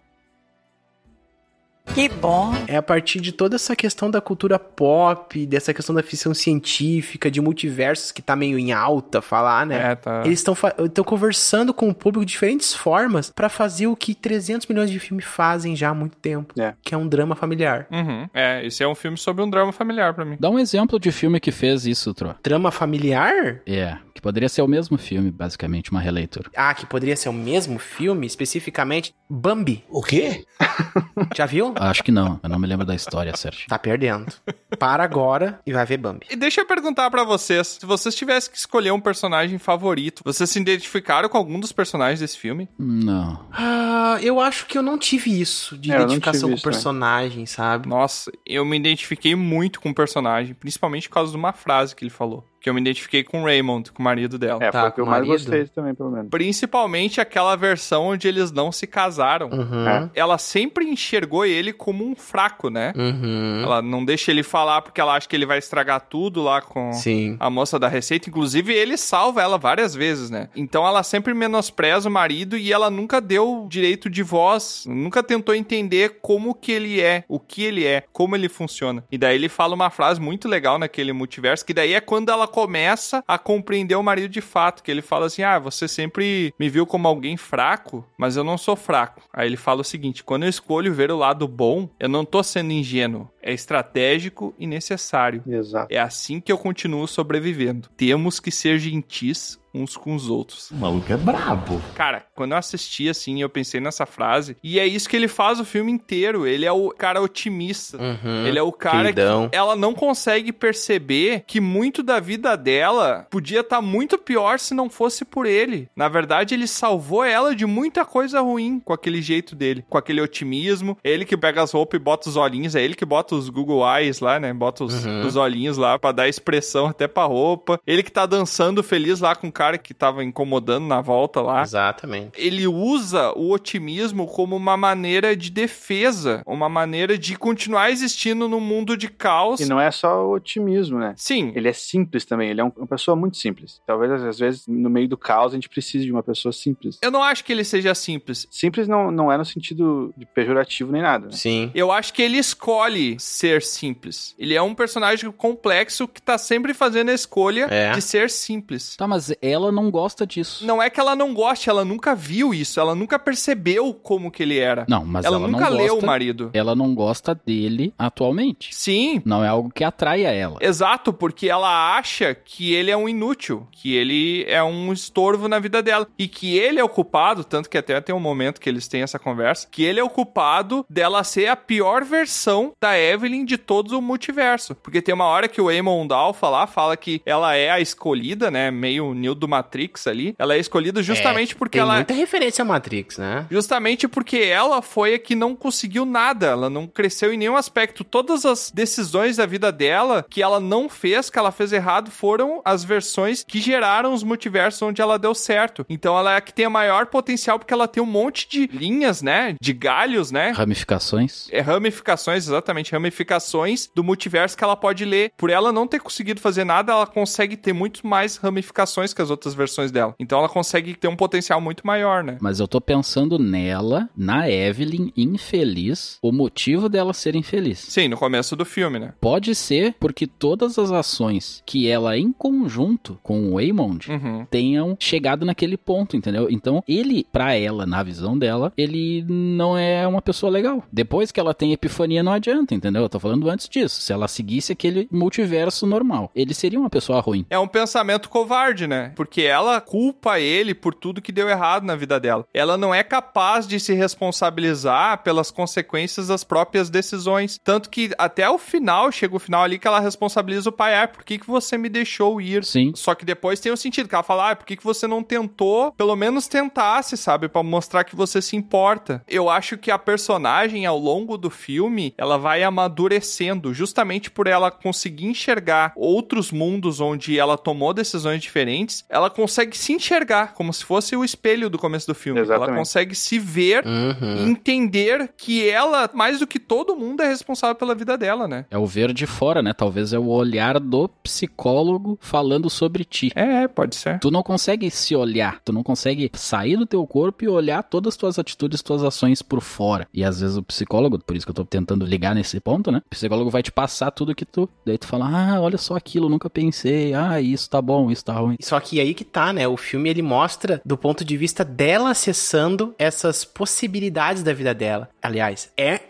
Speaker 11: Que bom.
Speaker 2: É a partir de toda essa questão da cultura pop, dessa questão da ficção científica, de multiversos que tá meio em alta falar, né?
Speaker 1: É, tá.
Speaker 2: Eles estão conversando com o público de diferentes formas pra fazer o que 300 milhões de filmes fazem já há muito tempo,
Speaker 3: É.
Speaker 2: que é um drama familiar.
Speaker 1: Uhum. É, esse é um filme sobre um drama familiar pra mim.
Speaker 4: Dá um exemplo de filme que fez isso, Tro.
Speaker 2: Drama familiar?
Speaker 4: É, que poderia ser o mesmo filme, basicamente, uma releitura.
Speaker 2: Ah, que poderia ser o mesmo filme, especificamente Bambi.
Speaker 9: O quê?
Speaker 2: [LAUGHS] Já viu?
Speaker 4: Acho que não, eu não me lembro da história, Sérgio.
Speaker 2: Tá perdendo. Para agora e vai ver Bambi.
Speaker 1: E deixa eu perguntar pra vocês, se vocês tivessem que escolher um personagem favorito, vocês se identificaram com algum dos personagens desse filme?
Speaker 4: Não.
Speaker 2: Ah, eu acho que eu não tive isso de
Speaker 3: É, eu não
Speaker 2: identificação
Speaker 3: tive
Speaker 2: com o
Speaker 3: isso, né?
Speaker 2: personagem, sabe?
Speaker 1: Nossa, eu me identifiquei muito com o personagem, principalmente por causa de uma frase que ele falou. Que eu me identifiquei com o Raymond, com o marido dela.
Speaker 3: É,
Speaker 2: Tá,
Speaker 3: foi o que
Speaker 2: com
Speaker 3: eu
Speaker 2: o
Speaker 3: mais
Speaker 2: marido.
Speaker 3: gostei também, pelo menos.
Speaker 1: Principalmente aquela versão onde eles não se casaram.
Speaker 2: Uhum.
Speaker 3: É.
Speaker 1: Ela sempre enxergou ele como um fraco, né?
Speaker 2: Uhum.
Speaker 1: Ela não deixa ele falar porque ela acha que ele vai estragar tudo lá
Speaker 3: é
Speaker 1: com
Speaker 3: um
Speaker 2: Sim.
Speaker 1: a moça da receita. Inclusive, ele salva ela várias vezes, né? Então ela sempre menospreza o marido e ela nunca deu direito de voz, nunca tentou entender como que ele é, o que ele é, como ele funciona. E daí ele fala uma frase muito legal naquele multiverso, que daí é quando ela começa a compreender o marido de fato, que ele fala assim: "Ah, você sempre me viu como alguém fraco, mas eu não sou fraco". Aí ele fala o seguinte: "Quando eu escolho ver o lado bom, eu não tô sendo ingênuo, é estratégico e necessário".
Speaker 3: Exato.
Speaker 1: É assim que eu continuo sobrevivendo. Temos que ser gentis uns com os outros.
Speaker 6: O maluco é brabo.
Speaker 1: Cara, quando eu assisti assim, eu pensei nessa frase. E é isso que ele faz o filme inteiro. Ele é o cara otimista.
Speaker 2: Uhum.
Speaker 3: um
Speaker 1: Ele é o cara que
Speaker 2: Queridão.
Speaker 1: ela não consegue perceber que muito da vida dela podia estar muito pior se não fosse por ele. Na verdade, ele salvou ela de muita coisa ruim com aquele jeito dele, com aquele otimismo. É ele que pega as roupas e bota os olhinhos, é ele que bota os Google Eyes lá, né? Bota os,
Speaker 2: Uhum.
Speaker 1: os olhinhos lá pra dar expressão até pra roupa. Ele que tá dançando feliz lá com o cara que tava incomodando na volta lá
Speaker 2: Exatamente.
Speaker 1: ele usa o otimismo como uma maneira de defesa, uma maneira de continuar existindo num mundo de caos.
Speaker 3: E não é só o otimismo, né?
Speaker 1: Sim.
Speaker 3: Ele é simples também, ele é um- uma pessoa muito simples. Talvez, às vezes, no meio do caos, a gente precise de uma pessoa simples.
Speaker 1: Eu não acho que ele seja simples.
Speaker 3: Simples não, não é no sentido de pejorativo nem nada, né?
Speaker 2: Sim.
Speaker 1: Eu acho que ele escolhe ser simples. Ele é um personagem complexo que tá sempre fazendo a escolha
Speaker 2: É.
Speaker 1: de ser simples.
Speaker 4: Tá, mas Ela não gosta disso.
Speaker 1: Não é que ela não goste, ela nunca viu isso, ela nunca percebeu como que ele era.
Speaker 4: Não, mas
Speaker 1: ela,
Speaker 4: ela não
Speaker 1: nunca leu
Speaker 4: gosta-
Speaker 1: o marido.
Speaker 4: Ela não gosta dele atualmente.
Speaker 1: Sim.
Speaker 4: Não é algo que atraia ela.
Speaker 1: Exato, porque ela acha que ele é um inútil, que ele é um estorvo na vida dela e que ele é o culpado, tanto que até tem um momento que eles têm essa conversa, que ele é o culpado dela ser a pior versão da Evelyn de todos o multiverso. Porque tem uma hora que o Amon Dalfa lá fala que ela é a escolhida, né, meio Neo do Matrix ali. Ela é escolhida justamente porque
Speaker 2: Tem
Speaker 1: ela
Speaker 2: muita referência a Matrix, né?
Speaker 1: Justamente porque ela foi a que não conseguiu nada, ela não cresceu em nenhum aspecto. Todas as decisões da vida dela que ela não fez, que ela fez errado, foram as versões que geraram os multiversos onde ela deu certo. Então ela é a que tem a maior potencial porque ela tem um monte de linhas, né? De galhos, né?
Speaker 4: Ramificações.
Speaker 1: É ramificações, exatamente, ramificações do multiverso que ela pode ler. Por ela não ter conseguido fazer nada, ela consegue ter muito mais ramificações que as outras versões dela. Então ela consegue ter um potencial muito maior, né?
Speaker 4: Mas eu tô pensando nela, na Evelyn, infeliz, o motivo dela ser infeliz.
Speaker 1: Sim, no começo do filme, né?
Speaker 4: Pode ser porque todas as ações que ela, em conjunto com o Waymond,
Speaker 1: Uhum.
Speaker 4: tenham chegado naquele ponto, entendeu? Então, ele, pra ela, na visão dela, ele não é uma pessoa legal. Depois que ela tem epifania, não adianta, entendeu? Eu tô falando antes disso. Se ela seguisse aquele multiverso normal, ele seria uma pessoa ruim.
Speaker 1: É um pensamento covarde, né? Porque ela culpa ele por tudo que deu errado na vida dela. Ela não é capaz de se responsabilizar pelas consequências das próprias decisões. Tanto que até o final, chega o final ali que ela responsabiliza o pai. Ah, por que, que você me deixou ir?
Speaker 4: Sim.
Speaker 1: Só que depois tem o sentido que ela fala, ah, por que, que você não tentou? Pelo menos tentasse, sabe? Pra mostrar que você se importa. Eu acho que a personagem, ao longo do filme, ela vai amadurecendo, justamente por ela conseguir enxergar outros mundos onde ela tomou decisões diferentes, ela consegue se enxergar, como se fosse o espelho do começo do filme. Ela
Speaker 3: Exatamente.
Speaker 1: consegue se ver e
Speaker 2: Uhum.
Speaker 1: entender que ela, mais do que todo mundo, é responsável pela vida dela, né?
Speaker 4: É o ver de fora, né? Talvez é o olhar do psicólogo falando sobre ti.
Speaker 1: É, pode ser.
Speaker 4: Tu não consegue se olhar, tu não consegue sair do teu corpo e olhar todas as tuas atitudes, tuas ações por fora. E às vezes o psicólogo, por isso que eu tô tentando ligar nesse ponto, né? O psicólogo vai te passar tudo que tu. Daí tu fala, ah, olha só aquilo, nunca pensei, ah, isso tá bom, isso tá ruim.
Speaker 2: Só que aí que tá, né? O filme ele mostra do ponto de vista dela acessando essas possibilidades da vida dela. Aliás, é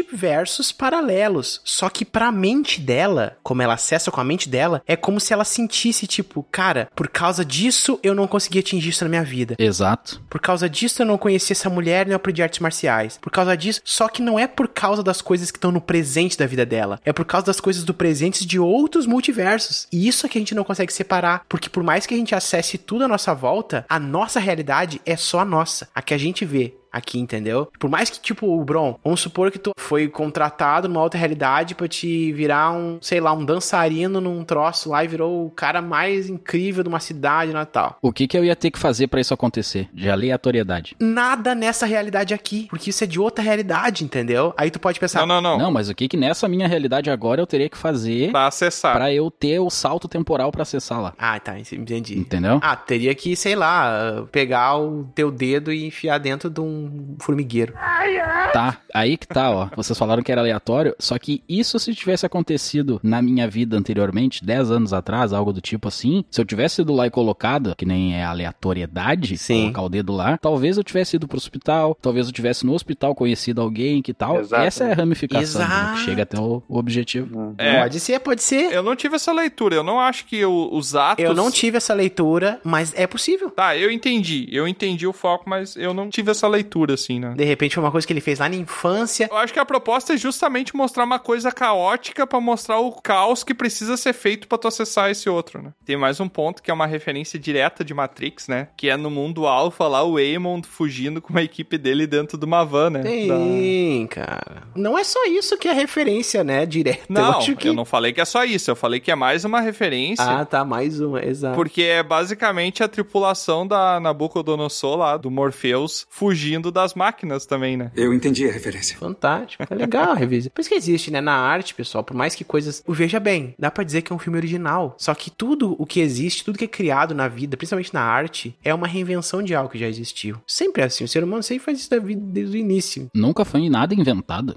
Speaker 2: multiversos paralelos. Só que pra mente dela, como ela acessa com a mente dela, é como se ela sentisse tipo, cara, por causa disso eu não consegui atingir isso na minha vida.
Speaker 4: Exato.
Speaker 2: Por causa disso eu não conheci essa mulher, não aprendi artes marciais. Por causa disso, só que não é por causa das coisas que estão no presente da vida dela. É por causa das coisas do presente de outros multiversos. E isso é que a gente não consegue separar, porque por mais que a gente acesse tudo à nossa volta, a nossa realidade é só a nossa, a que a gente vê. Aqui, entendeu? Por mais que, tipo, o Bron, vamos supor que tu foi contratado numa outra realidade pra te virar um, sei lá, um dançarino num troço lá e virou o cara mais incrível de uma cidade natal.
Speaker 4: O que que eu ia ter que fazer pra isso acontecer? De aleatoriedade.
Speaker 2: nada nessa realidade aqui, porque isso é de outra realidade, entendeu? Aí tu pode pensar,
Speaker 1: Não, não, não. Tá.
Speaker 4: Não, mas o que que nessa minha realidade agora eu teria que fazer
Speaker 1: Pra acessar.
Speaker 4: pra eu ter o salto temporal pra acessar lá?
Speaker 2: ah, tá, entendi.
Speaker 4: Entendeu?
Speaker 2: Ah, teria que, sei lá, pegar o teu dedo e enfiar dentro de um formigueiro.
Speaker 4: Tá, aí que tá, ó. Vocês falaram que era aleatório, só que isso se tivesse acontecido na minha vida anteriormente, 10 anos atrás, algo do tipo assim, se eu tivesse ido lá e colocado, que nem é aleatoriedade,
Speaker 2: Sim.
Speaker 4: colocar o dedo lá, talvez eu tivesse ido pro hospital, talvez eu tivesse no hospital conhecido alguém que tal.
Speaker 3: Exato.
Speaker 4: Essa é a ramificação né,
Speaker 2: Exato.
Speaker 4: que chega até o o objetivo.
Speaker 1: É.
Speaker 2: Pode ser, pode ser.
Speaker 1: Eu não tive essa leitura. Eu não acho que o- os atos.
Speaker 2: Eu não tive essa leitura, mas é possível.
Speaker 1: Tá, eu entendi. Eu entendi o foco, mas eu não tive essa leitura, assim, né?
Speaker 2: De repente foi uma coisa que ele fez lá na infância.
Speaker 1: Eu acho que a proposta é justamente mostrar uma coisa caótica pra mostrar o caos que precisa ser feito pra tu acessar esse outro, né? Tem mais um ponto que é uma referência direta de Matrix, né? Que é no mundo alfa lá o Aemon fugindo com uma equipe dele dentro de uma van, né? Da-
Speaker 2: Tem, cara. Não é só isso que é referência, né? Direta. eu
Speaker 1: Não,
Speaker 2: acho que.
Speaker 1: eu não falei que é só isso. Eu falei que é mais uma referência.
Speaker 2: Ah, tá, mais uma, exato.
Speaker 1: Porque é basicamente a tripulação da Nabucodonosor lá, do Morpheus, fugindo das máquinas também, né?
Speaker 9: Eu entendi a referência.
Speaker 2: Fantástico. É legal a revista. Por isso que existe, né? Na arte, pessoal, por mais que coisas. O Veja bem, dá pra dizer que é um filme original. Só que tudo o que existe, tudo que é criado na vida, principalmente na arte, é uma reinvenção de algo que já existiu. Sempre é assim. O ser humano sempre faz isso da vida desde o início.
Speaker 4: Nunca foi nada inventado.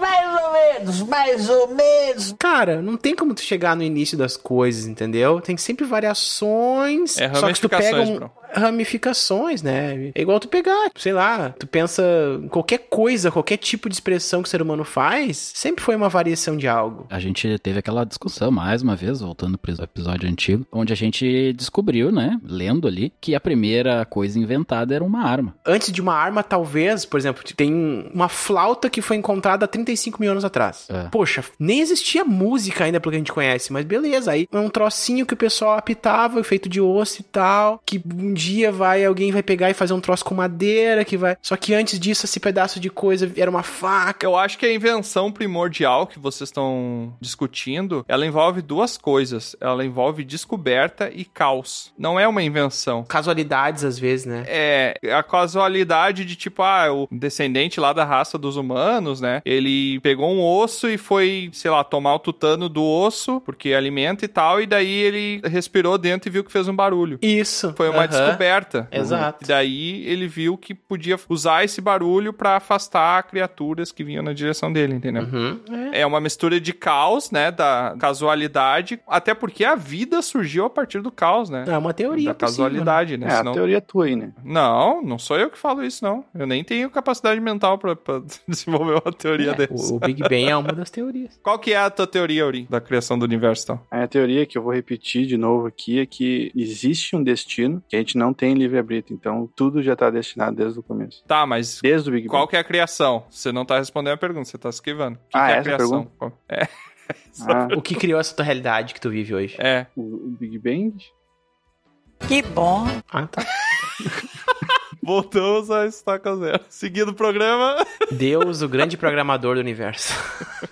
Speaker 11: Mais ou menos, mais ou menos.
Speaker 2: Cara, não tem como tu chegar no início das coisas, entendeu? Tem sempre variações.
Speaker 1: É,
Speaker 2: só que tu pega
Speaker 1: ramificações,
Speaker 2: um-
Speaker 1: bro.
Speaker 2: ramificações, né? É igual tu pegar, sei lá, tu pensa em qualquer coisa, qualquer tipo de expressão que o ser humano faz, sempre foi uma variação de algo.
Speaker 4: A gente teve aquela discussão mais uma vez, voltando pro episódio antigo, onde a gente descobriu, né, lendo ali, que a primeira coisa inventada era uma arma.
Speaker 2: Antes de uma arma, talvez, por exemplo, tem uma flauta que foi encontrada há 35 mil anos atrás. Poxa, nem existia música ainda pelo que a gente conhece, mas beleza. Aí é um trocinho que o pessoal apitava, feito de osso e tal, que um dia vai, alguém vai pegar e fazer um troço com madeira, que vai... Só que antes disso, esse pedaço de coisa era uma faca.
Speaker 1: Eu acho que a invenção primordial que vocês estão discutindo, ela envolve duas coisas. Ela envolve descoberta e caos. Não é uma invenção.
Speaker 2: Casualidades, às vezes, né?
Speaker 1: É, a casualidade de tipo, ah, o descendente lá da raça dos humanos, né? Ele pegou um osso e foi, sei lá, tomar o tutano do osso, porque alimenta e tal, e daí ele respirou dentro e viu que fez um barulho.
Speaker 2: Isso.
Speaker 1: Foi uma
Speaker 2: Aham.
Speaker 1: descoberta.
Speaker 2: Exato.
Speaker 1: E daí ele viu que podia usar esse barulho pra afastar criaturas que vinham na direção dele,
Speaker 2: Uhum.
Speaker 1: entendeu? É uma mistura de caos, né? Da casualidade. Até porque a vida surgiu a partir do caos, né?
Speaker 2: É uma teoria
Speaker 1: Da
Speaker 2: possível,
Speaker 1: casualidade,
Speaker 2: né?
Speaker 1: né?
Speaker 2: É, a teoria
Speaker 3: tua aí, né?
Speaker 1: Não, não sou eu que falo isso, não. Eu nem tenho capacidade mental pra, pra [LAUGHS] desenvolver uma teoria
Speaker 2: É,
Speaker 1: dessa.
Speaker 2: o- o Big Bang é uma das teorias.
Speaker 1: Qual que é a tua teoria, Uri, da criação do universo, então?
Speaker 3: A minha teoria, que eu vou repetir de novo aqui, é que existe um destino que a gente não tem livre-arbítrio. Então, tudo já está destinado desde o começo.
Speaker 1: Tá, mas
Speaker 3: Desde o Big
Speaker 1: qual que é a criação? Você não tá respondendo a pergunta, você tá esquivando. O que,
Speaker 3: Ah,
Speaker 1: que é a
Speaker 3: essa é a
Speaker 1: criação? É.
Speaker 2: O que criou essa tua realidade que tu vive hoje?
Speaker 1: É.
Speaker 3: Ah, O, o Big Bang?
Speaker 11: Que bom.
Speaker 2: Ah, tá.
Speaker 1: Voltamos a estaca zero. Seguindo o programa.
Speaker 2: Deus, o grande programador do universo.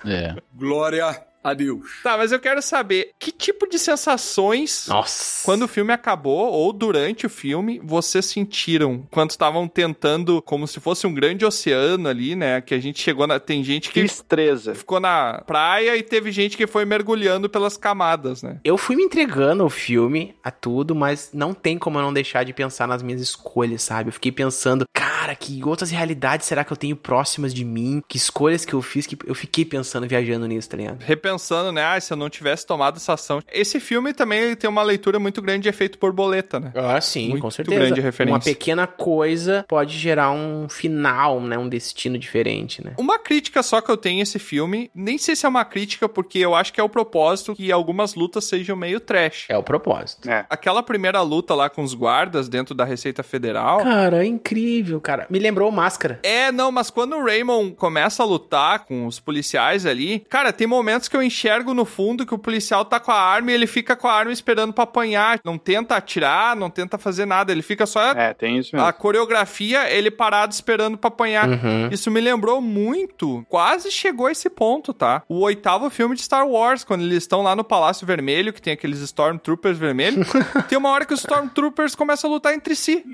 Speaker 4: É.
Speaker 1: Glória a Deus. Tá, mas eu quero saber que tipo de sensações.
Speaker 2: Nossa.
Speaker 1: Quando o filme acabou ou durante o filme, vocês sentiram quando estavam tentando, como se fosse um grande oceano ali, né? Que a gente chegou na. Tem gente que.
Speaker 3: Destreza.
Speaker 1: Ficou na praia e teve gente que foi mergulhando pelas camadas, né?
Speaker 2: Eu fui me entregando ao filme, a tudo, mas não tem como eu não deixar de pensar nas minhas escolhas, sabe? Eu fiquei pensando, cara, que outras realidades será que eu tenho próximas de mim? Que escolhas que eu fiz que eu fiquei pensando, viajando nisso, tá ligado?
Speaker 1: Repensando, né? Ah, se eu não tivesse tomado essa ação. Esse filme também ele tem uma leitura muito grande de efeito borboleta, né?
Speaker 2: Ah, sim,
Speaker 1: muito
Speaker 2: Com certeza.
Speaker 1: grande referência.
Speaker 2: Uma pequena coisa pode gerar um final, né? Um destino diferente, né?
Speaker 1: Uma crítica só que eu tenho a esse filme, nem sei se é uma crítica, porque eu acho que é o propósito que algumas lutas sejam meio trash.
Speaker 2: É o propósito.
Speaker 1: Aquela primeira luta lá com os guardas dentro da Receita Federal.
Speaker 2: Cara, é incrível, cara. Me lembrou Máscara.
Speaker 1: É, não, mas quando o Raymond começa a lutar com os policiais ali, cara, tem momentos que eu enxergo no fundo que o policial tá com a arma e ele fica com a arma esperando pra apanhar. Não tenta atirar, não tenta fazer nada, ele fica só.
Speaker 3: É, tem isso
Speaker 1: mesmo. A coreografia, ele parado esperando pra apanhar.
Speaker 2: Uhum.
Speaker 1: Isso me lembrou muito, quase chegou a esse ponto, tá? O oitavo filme de Star Wars, quando eles estão lá no Palácio Vermelho, que tem aqueles Stormtroopers vermelhos, tem uma hora que os Stormtroopers começam a lutar entre si.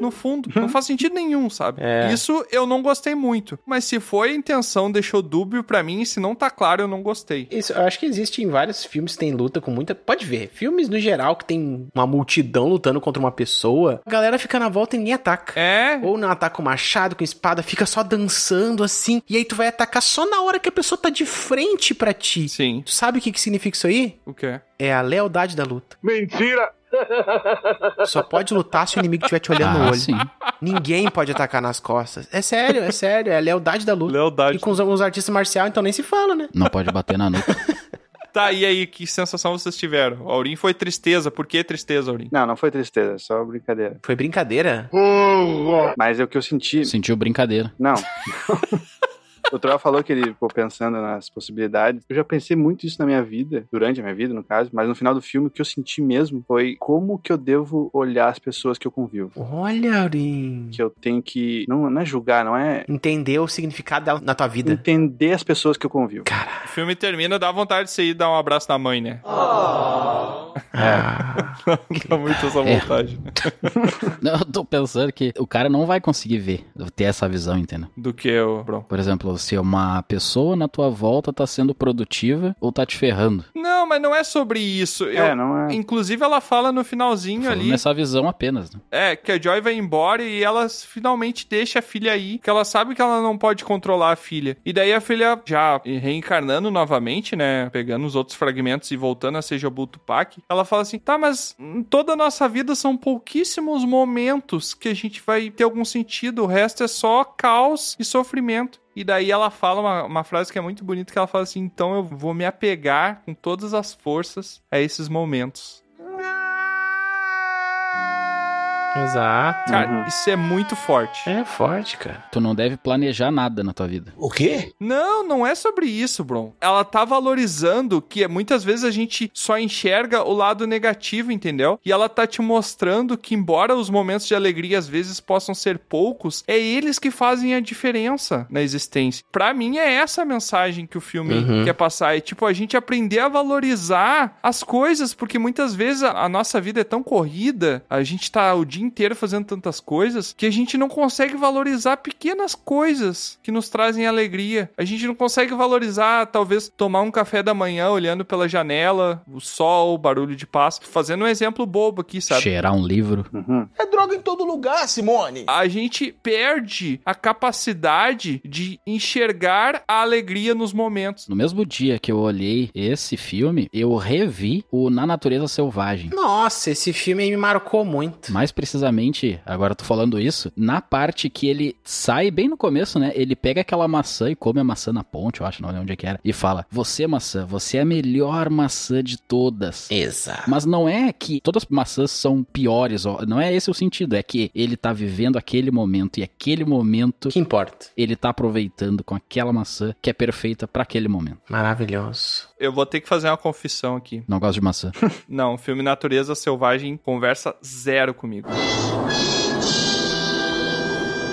Speaker 1: No fundo, não faz sentido nenhum, sabe?
Speaker 2: É.
Speaker 1: Isso eu não gostei muito. Mas se foi a intenção, deixou dúbio pra mim. e Se não tá claro, eu não gostei.
Speaker 2: Isso, eu acho que existe em vários filmes que tem luta com muita. Pode ver, filmes no geral que tem uma multidão lutando contra uma pessoa, a galera fica na volta e ninguém ataca.
Speaker 1: É.
Speaker 2: Ou não ataca com machado, com espada, fica só dançando assim. E aí tu vai atacar só na hora que a pessoa tá de frente pra ti.
Speaker 1: Sim.
Speaker 2: Tu sabe o que, que significa isso aí?
Speaker 1: O quê?
Speaker 2: É a lealdade da luta.
Speaker 6: Mentira!
Speaker 2: Só pode lutar se o inimigo estiver te olhando no
Speaker 4: Ah,
Speaker 2: olho.
Speaker 4: sim.
Speaker 2: Ninguém pode atacar nas costas. É sério, é sério. É a lealdade da luta.
Speaker 1: Lealdade.
Speaker 2: E com os, os artistas marciais, então nem se fala, né?
Speaker 4: Não pode bater na
Speaker 2: [LAUGHS]
Speaker 4: nuca.
Speaker 1: Tá, e aí, que sensação vocês tiveram? Aurim foi tristeza. Por que tristeza, Aurim?
Speaker 3: Não, não foi tristeza, só brincadeira.
Speaker 2: Foi brincadeira?
Speaker 3: Mas é o que eu senti.
Speaker 4: Sentiu brincadeira.
Speaker 3: Não. [LAUGHS] O Troll falou que ele ficou pensando nas possibilidades. Eu já pensei muito isso na minha vida, durante a minha vida, no caso, mas no final do filme o que eu senti mesmo foi como que eu devo olhar as pessoas que eu convivo.
Speaker 2: Olha, Aurim.
Speaker 3: Que eu tenho que. Não, não é julgar, não é.
Speaker 2: Entender o significado dela na tua vida.
Speaker 3: Entender as pessoas que eu convivo.
Speaker 4: [LAUGHS]
Speaker 1: O filme termina, dá vontade de você ir dar um abraço na mãe, né?
Speaker 2: Ah.
Speaker 1: É. Não dá muito essa
Speaker 4: É.
Speaker 1: vontade. né?
Speaker 4: Não, eu tô pensando que o cara não vai conseguir ver, ter essa visão, entendeu?
Speaker 1: Do que eu, bro?
Speaker 4: Por exemplo, se uma pessoa na tua volta tá sendo produtiva ou tá te ferrando.
Speaker 1: Não, mas não é sobre isso.
Speaker 4: É,
Speaker 1: Eu-
Speaker 4: não é.
Speaker 1: Inclusive, ela fala no finalzinho ali.
Speaker 4: Nessa visão apenas, né?
Speaker 1: É, que a Joy vai embora e ela finalmente deixa a filha aí, que ela sabe que ela não pode controlar a filha. E daí a filha já reencarnando novamente, né, pegando os outros fragmentos e voltando a ser Jobu Tupac, ela fala assim, tá, mas em toda a nossa vida são pouquíssimos momentos que a gente vai ter algum sentido, o resto é só caos e sofrimento. E daí ela fala uma, uma frase que é muito bonita, que ela fala assim, então eu vou me apegar com todas as forças a esses momentos.
Speaker 2: Exato.
Speaker 1: Cara, isso é muito forte.
Speaker 2: É forte, cara.
Speaker 4: Tu não deve planejar nada na tua vida.
Speaker 1: O quê? Não, não é sobre isso, Bron. Ela tá valorizando que muitas vezes a gente só enxerga o lado negativo, entendeu? E ela tá te mostrando que, embora os momentos de alegria às vezes possam ser poucos, é eles que fazem a diferença na existência. Pra mim, é essa a mensagem que o filme
Speaker 2: Uhum.
Speaker 1: quer passar. É tipo a gente aprender a valorizar as coisas, porque muitas vezes a, a nossa vida é tão corrida, a gente tá o dia inteiro fazendo tantas coisas, que a gente não consegue valorizar pequenas coisas que nos trazem alegria. A gente não consegue valorizar, talvez, tomar um café da manhã olhando pela janela, o sol, o barulho de pássaro. Fazendo um exemplo bobo aqui, sabe?
Speaker 4: Cheirar um livro.
Speaker 3: uhum,
Speaker 1: É droga em todo lugar, Simone. A gente perde a capacidade de enxergar a alegria nos momentos.
Speaker 4: No mesmo dia que eu olhei esse filme, eu revi o Na Natureza Selvagem.
Speaker 2: Nossa, esse filme aí me marcou muito.
Speaker 4: Mais precisamente, agora eu tô falando isso, na parte que ele sai bem no começo, né? Ele pega aquela maçã e come a maçã na ponte, eu acho, não lembro onde é que era, e fala: Você, maçã, você é a melhor maçã de todas.
Speaker 2: Exato.
Speaker 4: Mas não é que todas as maçãs são piores, ó, não é esse o sentido, é que ele tá vivendo aquele momento e aquele momento.
Speaker 2: Que importa.
Speaker 4: Ele tá aproveitando com aquela maçã que é perfeita pra aquele momento.
Speaker 2: Maravilhoso.
Speaker 1: Eu vou ter que fazer uma confissão aqui.
Speaker 4: Não gosto de
Speaker 2: [LAUGHS]
Speaker 4: maçã.
Speaker 1: Não, o filme Natureza Selvagem conversa zero comigo.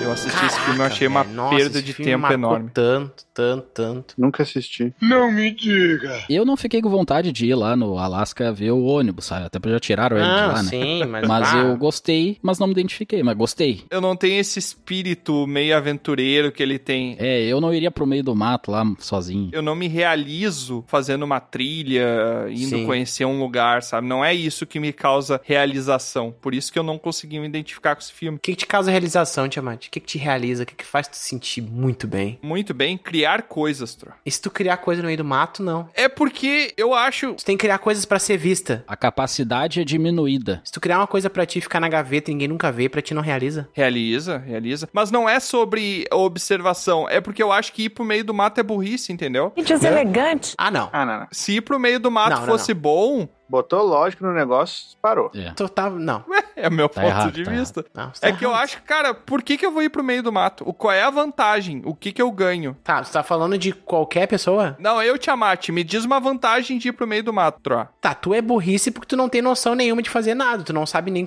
Speaker 1: Eu assisti esse filme e achei uma
Speaker 2: velho, nossa,
Speaker 1: perda
Speaker 2: esse
Speaker 1: de
Speaker 2: filme
Speaker 1: tempo
Speaker 2: marcou
Speaker 1: enorme.
Speaker 2: Tanto, tanto, tanto.
Speaker 3: Nunca assisti.
Speaker 8: Não me diga.
Speaker 4: Eu não fiquei com vontade de ir lá no Alasca ver o ônibus, sabe? Até porque já tiraram ele de
Speaker 2: Ah,
Speaker 4: lá, né?
Speaker 2: sim,
Speaker 4: [LAUGHS]
Speaker 2: mas-
Speaker 4: Mas
Speaker 2: ah.
Speaker 4: eu gostei, mas não me identifiquei, mas gostei.
Speaker 1: Eu não tenho esse espírito meio aventureiro que ele tem.
Speaker 4: É, eu não iria pro meio do mato lá sozinho.
Speaker 1: Eu não me realizo fazendo uma trilha, indo
Speaker 4: Sim.
Speaker 1: conhecer um lugar, sabe? Não é isso que me causa realização. Por isso que eu não consegui me identificar com esse filme.
Speaker 2: O que, que te causa realização, Tiamat? O que, que te realiza? O que, que faz tu sentir muito bem?
Speaker 1: Muito bem, criar coisas, Tro.
Speaker 2: E se tu criar coisa no meio do mato, não.
Speaker 1: É porque eu acho.
Speaker 2: Tu tem que criar coisas pra ser vista.
Speaker 4: A capacidade é diminuída.
Speaker 2: Se tu criar uma coisa pra ti ficar na gaveta e ninguém nunca vê, pra ti não realiza.
Speaker 1: Realiza, realiza. Mas não é sobre a observação. É porque eu acho que ir pro meio do mato é burrice, entendeu?
Speaker 11: Gente, é elegante.
Speaker 2: Ah, não.
Speaker 3: Ah, não, não.
Speaker 1: Se ir pro meio do mato
Speaker 3: Não, não,
Speaker 1: fosse bom.
Speaker 3: Botou lógico no negócio, parou.
Speaker 4: É.
Speaker 2: Tu tá. Não.
Speaker 1: É o meu ponto
Speaker 3: errado,
Speaker 1: de
Speaker 3: tá
Speaker 1: vista.
Speaker 2: Não, você tá
Speaker 1: É que eu acho, que, cara, por que, que eu vou ir pro meio do mato? O, qual é a vantagem? O que que eu ganho?
Speaker 2: Tá, tu tá falando de qualquer pessoa?
Speaker 1: Não, eu, Tiamat, me diz uma vantagem de ir pro meio do mato, Tro.
Speaker 2: Tá, tu é burrice porque tu não tem noção nenhuma de fazer nada. Tu não sabe nem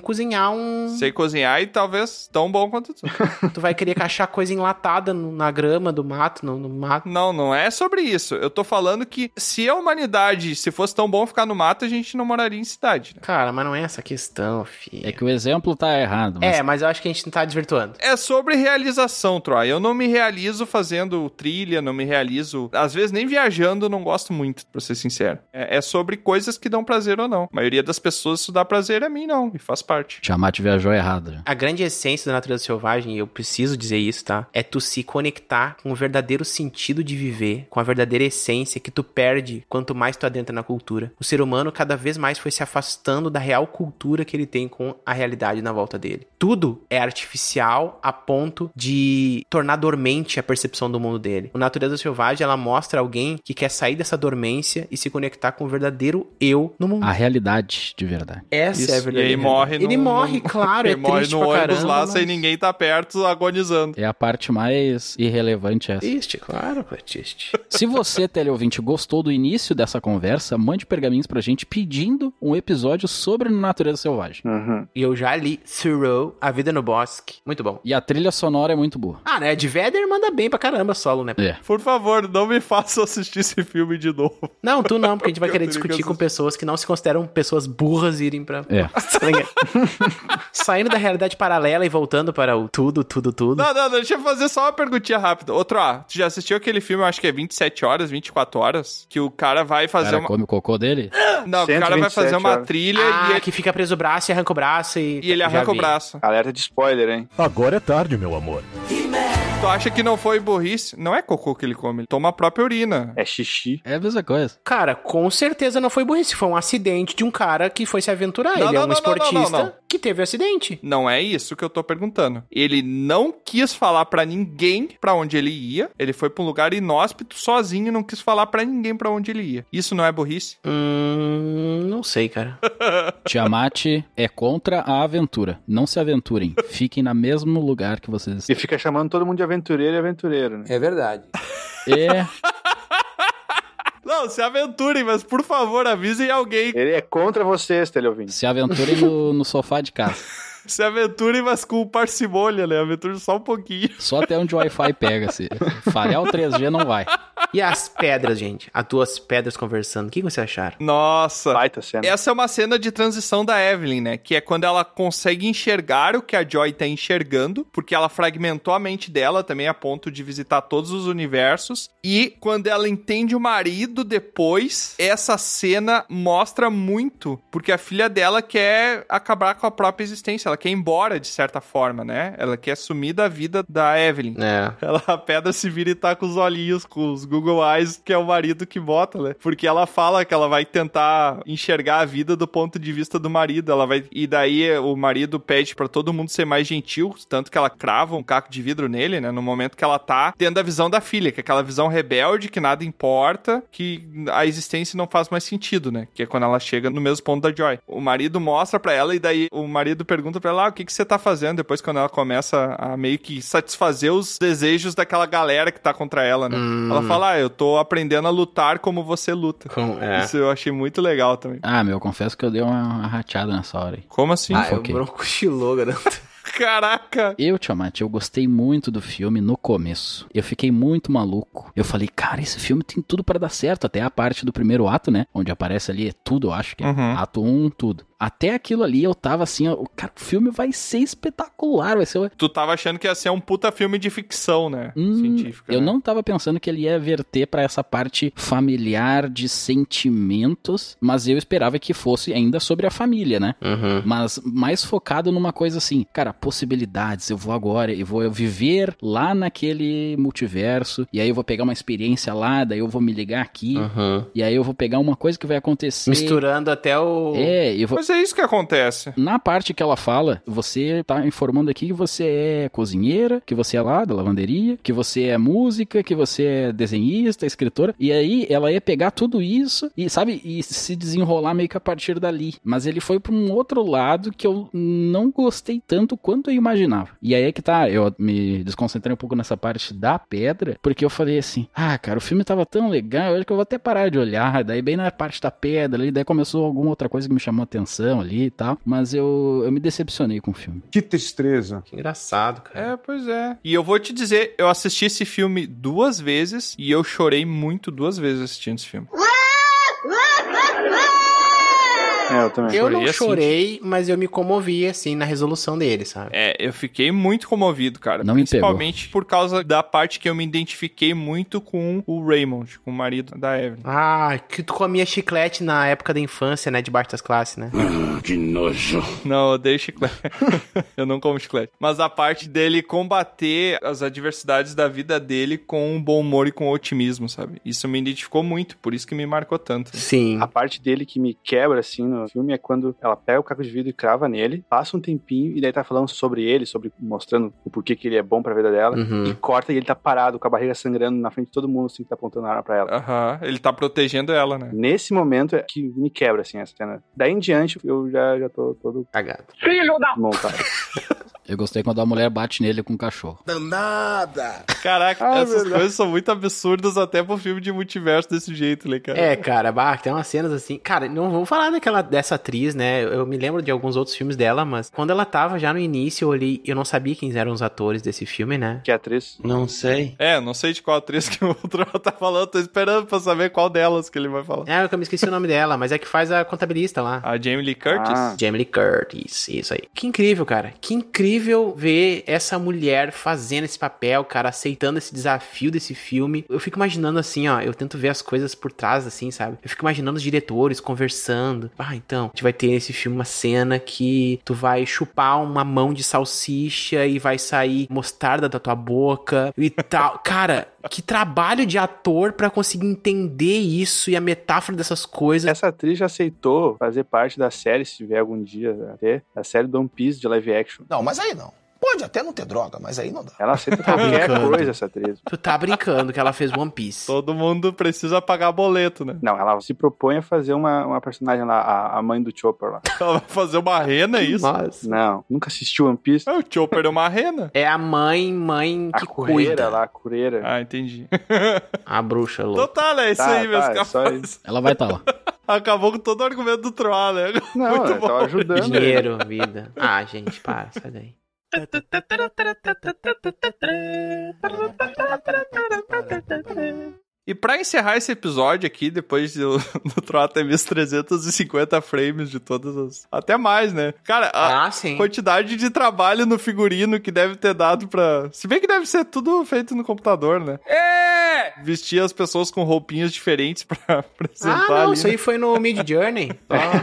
Speaker 1: [LAUGHS]
Speaker 2: cozinhar um.
Speaker 1: Sei cozinhar e talvez tão bom quanto
Speaker 3: [LAUGHS]
Speaker 1: tu.
Speaker 2: Tu vai querer cachar coisa enlatada no- na grama do mato, no, no mato.
Speaker 1: Não, não é sobre isso. Eu tô falando que se a humanidade, se fosse tão bom ficar no mato, a gente não moraria em cidade, né?
Speaker 2: Cara, mas não é essa a questão, filho.
Speaker 4: É que o exemplo tá errado. Mas...
Speaker 2: É, mas eu acho que a gente não tá desvirtuando.
Speaker 1: É sobre realização, Troy. Eu não me realizo fazendo trilha, não me realizo. Às vezes nem viajando, não gosto muito, pra ser sincero. É, é sobre coisas que dão prazer ou não. A maioria das pessoas isso dá prazer a mim, não. E faz parte.
Speaker 4: Tiamat viajou errado. já.
Speaker 2: A grande essência da natureza selvagem, e eu preciso dizer isso, tá? É tu se conectar com o verdadeiro sentido de viver, com a verdadeira essência que tu perde quanto mais tu adentra na cultura. O ser humano cada vez mais foi se afastando da real cultura que ele tem com a realidade na volta dele. Tudo é artificial a ponto de tornar dormente a percepção do mundo dele. O Natureza Selvagem, ela mostra alguém que quer sair dessa dormência e se conectar com o verdadeiro eu no mundo.
Speaker 4: A realidade, de verdade.
Speaker 2: Essa
Speaker 1: Ah, Isso.
Speaker 2: é a verdadeira
Speaker 1: E aí morre
Speaker 2: realidade. Ele
Speaker 1: num-
Speaker 2: morre,
Speaker 1: num- [LAUGHS]
Speaker 2: claro, é
Speaker 1: Ele morre
Speaker 2: triste
Speaker 1: no
Speaker 2: pra
Speaker 1: ônibus
Speaker 2: caramba,
Speaker 1: lá
Speaker 2: mas-
Speaker 1: sem ninguém tá perto, agonizando.
Speaker 4: É a parte mais irrelevante essa.
Speaker 2: Triste, claro, pô, é triste.
Speaker 4: Se você, teleouvinte, gostou do início dessa conversa, mande pergaminhos pra gente pedindo um episódio sobre natureza selvagem.
Speaker 2: E eu já li Thoreau, A Vida no Bosque. Muito bom.
Speaker 4: E a trilha sonora é muito boa.
Speaker 2: Ah, né? De Vader manda bem pra caramba solo, né?
Speaker 4: É.
Speaker 1: Por favor, não me [LAUGHS] faça assistir esse filme de
Speaker 2: [LAUGHS]
Speaker 1: novo.
Speaker 2: Não, tu não, porque a gente
Speaker 1: [LAUGHS]
Speaker 2: vai
Speaker 1: Eu
Speaker 2: querer
Speaker 1: teria que
Speaker 2: discutir com pessoas que não se consideram pessoas burras e irem pra. [LAUGHS] Tá
Speaker 4: É.
Speaker 2: Saindo da realidade paralela e voltando para o tudo, tudo, tudo.
Speaker 1: Não, não, deixa eu fazer só uma perguntinha rápida. Outro, ah, tu já assistiu aquele filme, eu acho que é 27 horas, 24 horas, que o cara vai
Speaker 4: O
Speaker 1: fazer
Speaker 4: cara
Speaker 1: uma.
Speaker 4: come o cocô dele?
Speaker 1: Não, o cara vai fazer
Speaker 3: 127
Speaker 1: uma
Speaker 3: horas.
Speaker 1: trilha
Speaker 2: Ah,
Speaker 1: e é ele,
Speaker 2: que fica preso o braço e arranca o braço e.
Speaker 1: e ele
Speaker 2: Já
Speaker 1: arranca o
Speaker 2: vi.
Speaker 1: braço.
Speaker 3: Alerta de spoiler, hein?
Speaker 12: Agora é tarde, meu amor.
Speaker 1: Tu acha que não foi burrice? Não é cocô que ele come, ele toma a própria urina.
Speaker 3: É xixi.
Speaker 4: É a mesma coisa.
Speaker 2: Cara, com certeza não foi burrice. Foi um acidente de um cara que foi se aventurar.
Speaker 1: Não, não,
Speaker 2: ele é um
Speaker 1: não, não,
Speaker 2: esportista
Speaker 1: não, não, não.
Speaker 2: que teve um acidente.
Speaker 1: Não é isso que eu tô perguntando. Ele não quis falar pra ninguém pra onde ele ia. Ele foi pra um lugar inóspito sozinho e não quis falar pra ninguém pra onde ele ia. Isso não é burrice?
Speaker 2: Hum. Não sei, cara.
Speaker 4: Tiamat é contra a aventura. Não se aventurem. Fiquem no mesmo lugar que vocês
Speaker 3: E
Speaker 4: estão.
Speaker 3: fica chamando todo mundo de aventureiro e aventureiro, né?
Speaker 9: É verdade.
Speaker 4: É.
Speaker 1: Não, se aventurem, mas por favor, avisem alguém.
Speaker 3: Ele é contra vocês, teleouvinte.
Speaker 4: Se aventurem no, no sofá de casa.
Speaker 1: Se aventurem, mas com parcimônia, né? Aventure só um pouquinho.
Speaker 4: Só até onde o Wi-Fi pega. Se falhar o 3G, não vai.
Speaker 2: E as pedras, gente? As duas pedras conversando. O que vocês acharam?
Speaker 1: Nossa.
Speaker 3: Baita cena.
Speaker 1: Essa é uma cena de transição da Evelyn, né? Que é quando ela consegue enxergar o que a Joy tá enxergando, porque ela fragmentou a mente dela também a ponto de visitar todos os universos. E quando ela entende o marido depois, essa cena mostra muito, porque a filha dela quer acabar com a própria existência, ela quer ir embora de certa forma, né? Ela quer sumir da vida da Evelyn.
Speaker 2: É.
Speaker 1: Ela, a pedra se vira e tá com os olhinhos, com os Google Eyes, que é o marido que bota, né? Porque ela fala que ela vai tentar enxergar a vida do ponto de vista do marido. Ela vai. E daí o marido pede pra todo mundo ser mais gentil, tanto que ela crava um caco de vidro nele, né? No momento que ela tá tendo a visão da filha, que é aquela visão rebelde, que nada importa, que a existência não faz mais sentido, né? Que é quando ela chega no mesmo ponto da Joy. O marido mostra pra ela e daí o marido pergunta pra ela: ah, o que, que você tá fazendo? Depois, quando ela começa a meio que satisfazer os desejos daquela galera que tá contra ela, né?
Speaker 2: Hum.
Speaker 1: Ela fala: ah, eu tô aprendendo a lutar como você luta.
Speaker 2: Com- é.
Speaker 1: Isso eu achei muito legal também.
Speaker 4: Ah, meu, eu confesso que eu dei uma, uma rateada nessa hora aí.
Speaker 1: Como assim?
Speaker 2: ah, eu
Speaker 4: ok.
Speaker 2: bronco né? chilou, garanto.
Speaker 1: é. Caraca!
Speaker 4: Eu, Tiamat, eu gostei muito do filme no começo. Eu fiquei muito maluco. Eu falei, cara, esse filme tem tudo pra dar certo. Até a parte do primeiro ato, né? Onde aparece ali, é tudo, eu acho que é.
Speaker 1: Uhum.
Speaker 4: Ato 1, tudo. Até aquilo ali, eu tava assim, ó, o cara, o filme vai ser espetacular, vai ser... o-
Speaker 1: Tu tava achando que ia ser um puta filme de ficção, né?
Speaker 4: Hum,
Speaker 1: Científica.
Speaker 4: eu
Speaker 1: né?
Speaker 4: não tava pensando que ele ia verter pra essa parte familiar de sentimentos, mas eu esperava que fosse ainda sobre a família, né?
Speaker 2: Uhum.
Speaker 4: mas mais focado numa coisa assim, cara, possibilidades, eu vou agora, eu vou viver lá naquele multiverso, e aí eu vou pegar uma experiência lá, daí eu vou me ligar aqui,
Speaker 1: Ah.
Speaker 2: Uhum.
Speaker 4: e aí eu vou pegar uma coisa que vai acontecer.
Speaker 2: Misturando até o.
Speaker 4: É, eu vou...
Speaker 1: Mas é isso que acontece.
Speaker 4: Na parte que ela fala, você tá informando aqui que você é cozinheira, que você é lá da lavanderia, que você é música, que você é desenhista, escritora. E aí ela ia pegar tudo isso e, sabe, e se desenrolar meio que a partir dali. Mas ele foi pra um outro lado que eu não gostei tanto quanto eu imaginava. E aí é que tá, eu me desconcentrei um pouco nessa parte da pedra, porque eu falei assim: ah, cara, o filme tava tão legal, eu acho que eu vou até parar de olhar. Daí, bem na parte da pedra ali, daí começou alguma outra coisa que me chamou a atenção ali e tal. Mas eu, eu me decepcionei com o filme.
Speaker 12: Que tristeza.
Speaker 2: Que engraçado, cara.
Speaker 1: É, pois é. E eu vou te dizer, eu assisti esse filme duas vezes e eu chorei muito duas vezes assistindo esse filme.
Speaker 3: É, eu também.
Speaker 2: Eu não
Speaker 1: Chorei assim,
Speaker 2: chorei, mas eu me comovi, assim, na resolução dele, sabe?
Speaker 1: É, eu fiquei muito comovido, cara.
Speaker 4: Não me pegou.
Speaker 1: principalmente por causa da parte que eu me identifiquei muito com o Raymond, com o marido da Evelyn.
Speaker 2: Ah, que tu comia chiclete na época da infância, né? Debaixo das classes, né?
Speaker 8: Ah, Que nojo.
Speaker 1: Não, eu odeio chiclete. [LAUGHS] eu não como chiclete. Mas a parte dele combater as adversidades da vida dele com um bom humor e com otimismo, sabe? Isso me identificou muito, por isso que me marcou tanto.
Speaker 2: Sim.
Speaker 3: A parte dele que me quebra, assim, no filme é quando ela pega o caco de vidro e crava nele, passa um tempinho e daí tá falando sobre ele, sobre mostrando o porquê que ele é bom pra vida dela,
Speaker 2: Uhum.
Speaker 3: e corta e ele tá parado, com a barriga sangrando na frente de todo mundo, assim, que tá apontando a arma pra ela.
Speaker 1: Aham, ele tá protegendo ela, né?
Speaker 3: Nesse momento é que me quebra, assim, essa cena. Daí em diante, eu já, já tô todo
Speaker 2: Cagado.
Speaker 6: Filho da
Speaker 3: montado.
Speaker 4: Eu gostei quando a mulher bate nele com o cachorro.
Speaker 8: Danada!
Speaker 1: Caraca,
Speaker 4: Ah, é
Speaker 1: essas
Speaker 4: verdade.
Speaker 1: coisas são muito absurdas até pro filme de multiverso desse jeito, né, cara?
Speaker 2: É, cara, bah, tem umas cenas assim. Cara, não vamos falar daquela dessa atriz, né? Eu, eu me lembro de alguns outros filmes dela, mas quando ela tava já no início, eu olhei, eu não sabia quem eram os atores desse filme, né?
Speaker 3: Que atriz?
Speaker 2: Não sei.
Speaker 1: É, não sei de qual atriz que o [LAUGHS] Troll tá falando, tô esperando pra saber qual delas que ele vai falar.
Speaker 2: É, eu me esqueci o nome dela, mas é que faz a contabilista lá.
Speaker 1: A Jamie Lee Curtis?
Speaker 2: Jamie Lee Curtis, isso aí. Que incrível, cara. Que incrível ver essa mulher fazendo esse papel, cara, aceitando esse desafio desse filme. Eu fico imaginando assim, ó, eu tento ver as coisas por trás, assim, sabe? Eu fico imaginando os diretores conversando. Ah, então, a gente vai ter nesse filme uma cena que tu vai chupar uma mão de salsicha e vai sair mostarda da tua boca e tal. [LAUGHS] Cara, que trabalho de ator pra conseguir entender isso e a metáfora dessas coisas.
Speaker 3: Essa atriz já aceitou fazer parte da série, se tiver algum dia até, da série do One Piece de live action.
Speaker 13: Não, mas aí não. Pode até não ter droga, mas aí não dá.
Speaker 2: [LAUGHS]
Speaker 3: Ela aceita qualquer
Speaker 2: Tá brincando.
Speaker 3: coisa, essa atriz.
Speaker 2: Tu tá brincando que ela fez One Piece.
Speaker 1: Todo mundo precisa pagar boleto, né? [LAUGHS]
Speaker 3: Não, ela se propõe a fazer uma, uma personagem lá, a, a mãe do Chopper lá.
Speaker 1: Ela vai fazer uma rena, é isso?
Speaker 3: Não, nunca assistiu One Piece.
Speaker 1: É, o Chopper é uma rena.
Speaker 2: É a mãe, mãe
Speaker 3: A
Speaker 2: que
Speaker 3: cureira
Speaker 2: cuida.
Speaker 3: lá, a cureira.
Speaker 1: Ah, entendi.
Speaker 2: A bruxa
Speaker 1: Então
Speaker 2: louca.
Speaker 1: tá, né? É isso
Speaker 3: Tá,
Speaker 1: aí, meus
Speaker 3: tá, é só
Speaker 1: capazes.
Speaker 4: Ela vai estar tá lá.
Speaker 1: Acabou com todo o argumento do Troll, né?
Speaker 2: Ah,
Speaker 3: Não, eu tava
Speaker 2: né?
Speaker 3: ajudando.
Speaker 2: Dinheiro, vida. Ah, gente, para, sai daí.
Speaker 1: E pra encerrar esse episódio aqui, depois do, [LAUGHS] do Troll ter visto 350 frames de todas as. Até mais, né? Cara, a
Speaker 2: Ah, sim.
Speaker 1: quantidade de trabalho no figurino que deve ter dado pra. Se bem que deve ser tudo feito no computador, né? É! Vestir as pessoas com roupinhas diferentes [LAUGHS] pra apresentar.
Speaker 2: Ah, não,
Speaker 1: ali,
Speaker 2: isso aí
Speaker 1: né?
Speaker 2: foi no Mid [LAUGHS] Journey.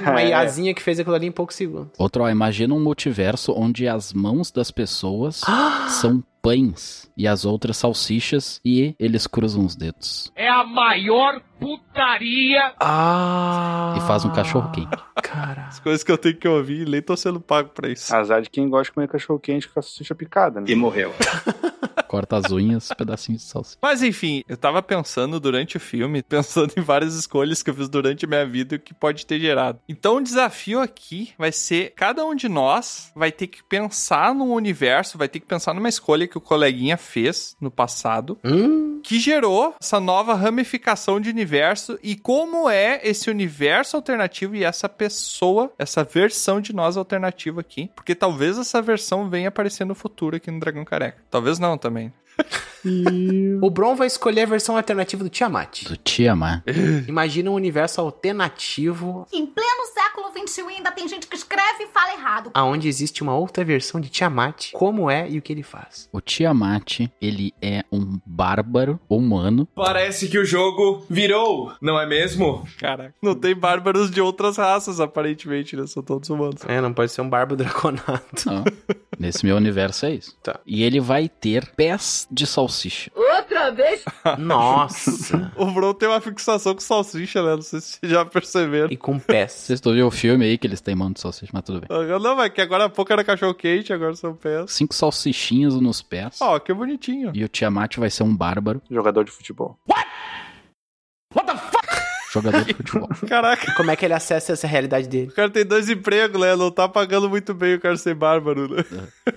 Speaker 2: Só uma iazinha que fez aquilo ali em poucos segundos.
Speaker 4: Outro, ó, imagina um multiverso onde as mãos das pessoas
Speaker 2: Ah!
Speaker 4: são pães e as outras salsichas e eles cruzam os dedos
Speaker 8: É a maior putaria.
Speaker 2: Ah.
Speaker 4: e fazem um cachorro quente.
Speaker 2: Cara.
Speaker 1: As coisas que eu tenho que ouvir, nem tô sendo pago pra
Speaker 2: Ah.
Speaker 1: isso.
Speaker 3: Azar de quem gosta de comer cachorro quente com a salsicha picada, né? E morreu.
Speaker 4: Corta as unhas, [LAUGHS] pedacinho de salsicha.
Speaker 1: Mas enfim, eu tava pensando durante o filme, [LAUGHS] pensando em várias escolhas que eu fiz durante a minha vida e o que pode ter gerado. Então o desafio aqui vai ser: cada um de nós vai ter que pensar num universo, vai ter que pensar numa escolha que o coleguinha fez no passado,
Speaker 2: Hum,
Speaker 1: que gerou essa nova ramificação de universo e como é esse universo alternativo e essa pessoa, essa versão de nós alternativa aqui. Porque talvez essa versão venha aparecer no futuro aqui no Dragão Careca. Talvez não também.
Speaker 2: o Bron vai escolher a versão alternativa do Tiamat.
Speaker 4: Do Tiamat.
Speaker 2: Imagina um universo alternativo
Speaker 14: Em pleno século XXI ainda tem gente que escreve e fala errado.
Speaker 2: aonde existe uma outra versão de Tiamat, como é e o que ele faz.
Speaker 4: O Tiamat, ele é um bárbaro humano.
Speaker 15: Parece que o jogo virou, não é mesmo?
Speaker 1: Caraca. Não tem bárbaros de outras raças, aparentemente, né? São todos humanos.
Speaker 2: É, não pode ser um barbo draconado.
Speaker 4: Não. Nesse meu universo é isso.
Speaker 2: Tá.
Speaker 4: E ele vai ter pés de salsicha.
Speaker 16: Outra vez?
Speaker 2: [LAUGHS] Nossa.
Speaker 1: O Bruno tem uma fixação com salsicha, né? Não sei se vocês já perceberam.
Speaker 2: E com pés.
Speaker 4: Vocês estão vendo o filme aí que eles têm mão de salsicha, mas tudo bem.
Speaker 1: Não, mas que agora há pouco era cachorro quente, agora são pés.
Speaker 4: Cinco salsichinhas nos pés.
Speaker 1: Ó, que bonitinho.
Speaker 4: E o Tiamat vai ser um bárbaro
Speaker 3: Jogador de futebol.
Speaker 4: jogador de futebol.
Speaker 1: Caraca,
Speaker 2: Como é que ele acessa essa realidade dele?
Speaker 1: o cara tem dois empregos, né? Não tá pagando muito bem o cara ser bárbaro, né?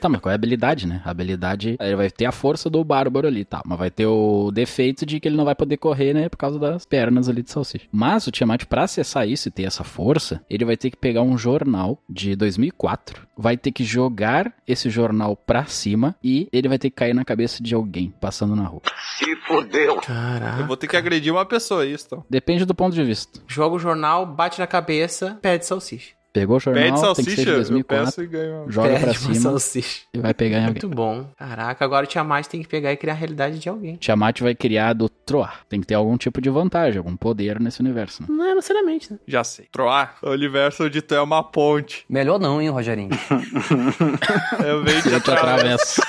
Speaker 4: Tá, mas qual é a habilidade, né? A habilidade. Ele vai ter a força do bárbaro ali, tá? Mas vai ter o defeito de que ele não vai poder correr, né? Por causa das pernas ali de salsicha. Mas o Tiamat, pra acessar isso e ter essa força, ele vai ter que pegar um jornal de 2004. Vai ter que jogar esse jornal pra cima e ele vai ter que cair na cabeça de alguém passando na rua.
Speaker 8: Se fudeu.
Speaker 1: Eu
Speaker 4: Ah,
Speaker 2: Caraca.
Speaker 1: vou ter que agredir uma pessoa, é isso. Então.
Speaker 4: Depende do ponto de vista.
Speaker 2: Joga o jornal, bate na cabeça, perde salsicha.
Speaker 4: Pegou o jornal,
Speaker 1: Pede
Speaker 4: tem que ser de
Speaker 1: salsicha, eu
Speaker 4: 2004,
Speaker 1: peço e ganho. uma.
Speaker 4: joga
Speaker 2: perde
Speaker 4: pra
Speaker 2: uma
Speaker 4: cima
Speaker 2: salsicha.
Speaker 4: e vai pegar em alguém.
Speaker 2: Muito bom. Caraca, agora o Tiamat tem que pegar e criar a realidade de alguém.
Speaker 4: Tiamat vai criar do Troar. Tem que ter algum tipo de vantagem, algum poder nesse universo, né?
Speaker 2: Não é necessariamente, né?
Speaker 1: Já sei. Troar, o universo onde tu é uma ponte. É,
Speaker 9: Melhor não, hein, Rogerinho?
Speaker 1: Eu venho
Speaker 4: [LAUGHS]
Speaker 1: de
Speaker 4: Eu te
Speaker 1: atrás.
Speaker 4: atravesso.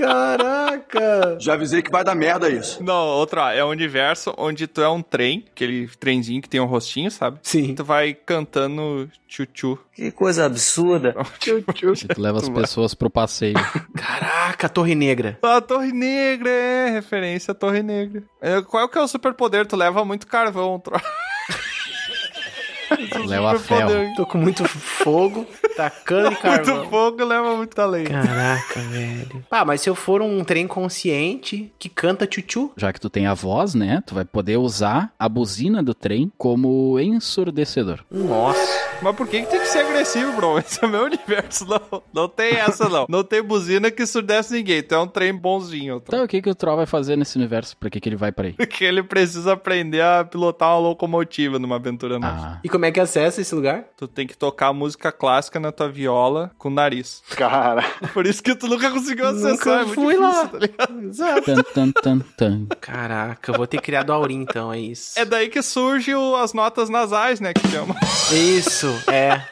Speaker 2: Caraca!
Speaker 13: Já avisei que vai dar merda isso.
Speaker 1: Não, outra, é um universo onde tu é um trem, aquele trenzinho que tem um rostinho, sabe?
Speaker 2: [LAUGHS] Sim.
Speaker 1: Tu vai cantando tchu-tchu.
Speaker 9: Que coisa absurda.
Speaker 4: E tu leva as pessoas pro passeio.
Speaker 2: Caraca, Torre Negra.
Speaker 1: A Ah, Torre Negra, é, referência à Torre [LAUGHS] Negra. É, Qual que é o superpoder? Tu leva muito carvão, tro...
Speaker 4: Leva ferro.
Speaker 2: Tô com [LAUGHS] muito fogo, tacando e carvão.
Speaker 1: Muito fogo leva muito talento.
Speaker 2: Caraca, velho. Ah, mas se eu for um trem consciente que canta tchutchu,
Speaker 4: Já que tu tem a voz, né? Tu vai poder usar a buzina do trem como ensurdecedor.
Speaker 2: Nossa.
Speaker 1: Mas por que, que tem que ser agressivo, bro? [LAUGHS] Esse é meu universo, não. Não tem essa, não. Não tem buzina que surdece ninguém. Tu é um trem bonzinho. tá?
Speaker 4: Então o que, que o Troll vai fazer nesse universo? Pra que, que ele vai pra aí?
Speaker 1: Porque ele precisa aprender a pilotar uma locomotiva numa
Speaker 4: Ah.
Speaker 1: aventura nova.
Speaker 2: E como é que acessa esse lugar?
Speaker 1: Tu tem que tocar música clássica na tua viola com o nariz.
Speaker 3: Cara.
Speaker 1: [LAUGHS] Por isso que tu nunca conseguiu acessar.
Speaker 2: Nunca
Speaker 1: é muito
Speaker 2: fui
Speaker 1: difícil,
Speaker 2: lá.
Speaker 1: tá ligado?
Speaker 4: Tan, tan, tan, tan.
Speaker 2: Caraca, eu vou ter criado a Aurim, então, é isso.
Speaker 1: É daí que surgem as notas nasais, né? Que chama.
Speaker 2: Isso, é.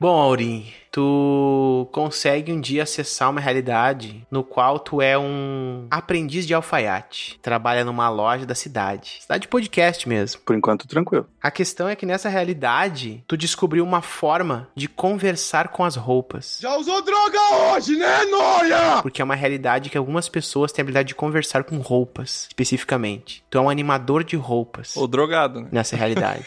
Speaker 2: Bom, Aurim, tu consegue um dia acessar uma realidade no qual tu é um aprendiz de alfaiate. Trabalha numa loja da cidade. Cidade de podcast mesmo.
Speaker 3: Por enquanto, tranquilo.
Speaker 2: A questão é que nessa realidade, tu descobriu uma forma de conversar com as roupas.
Speaker 6: Já usou droga hoje, né, Noia?
Speaker 2: Porque é uma realidade que algumas pessoas têm a habilidade de conversar com roupas, especificamente. Tu é um animador de roupas.
Speaker 1: Ou drogado, né?
Speaker 2: Nessa realidade.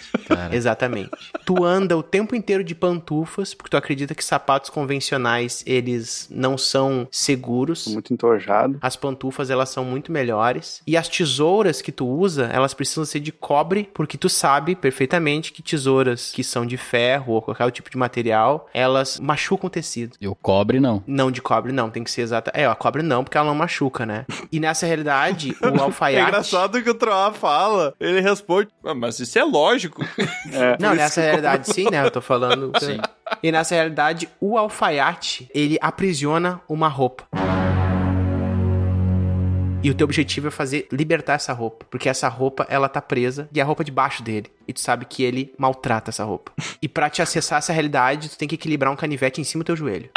Speaker 2: Exatamente. Tu anda o tempo inteiro de pantufas, porque tu acredita que sapatos convencionais, eles não são seguros.
Speaker 3: Muito entojado.
Speaker 2: As pantufas, elas são muito melhores. E as tesouras que tu usa, elas precisam ser de cobre, porque tu sabe perfeitamente que tesouras que são de ferro ou qualquer tipo de material, elas machucam o tecido.
Speaker 4: E o cobre não.
Speaker 2: Não de cobre, não. Tem que ser exata. É, a cobre não, porque ela não machuca, né? E nessa realidade, o
Speaker 1: É
Speaker 2: alfaiate...
Speaker 1: engraçado que o Troá fala. Ele responde, "Ah, mas isso é lógico.
Speaker 2: Não,
Speaker 1: Por isso
Speaker 2: nessa
Speaker 1: que eu-
Speaker 2: realidade sim, né? Eu
Speaker 1: [LAUGHS]
Speaker 2: tô falando. Sim. E nessa realidade, o alfaiate, ele aprisiona uma roupa. E o teu objetivo é fazer libertar essa roupa. Porque essa roupa, ela tá presa e é a roupa debaixo dele. E tu sabe que ele maltrata essa roupa. E pra te acessar essa realidade, tu tem que equilibrar um canivete em cima do teu joelho.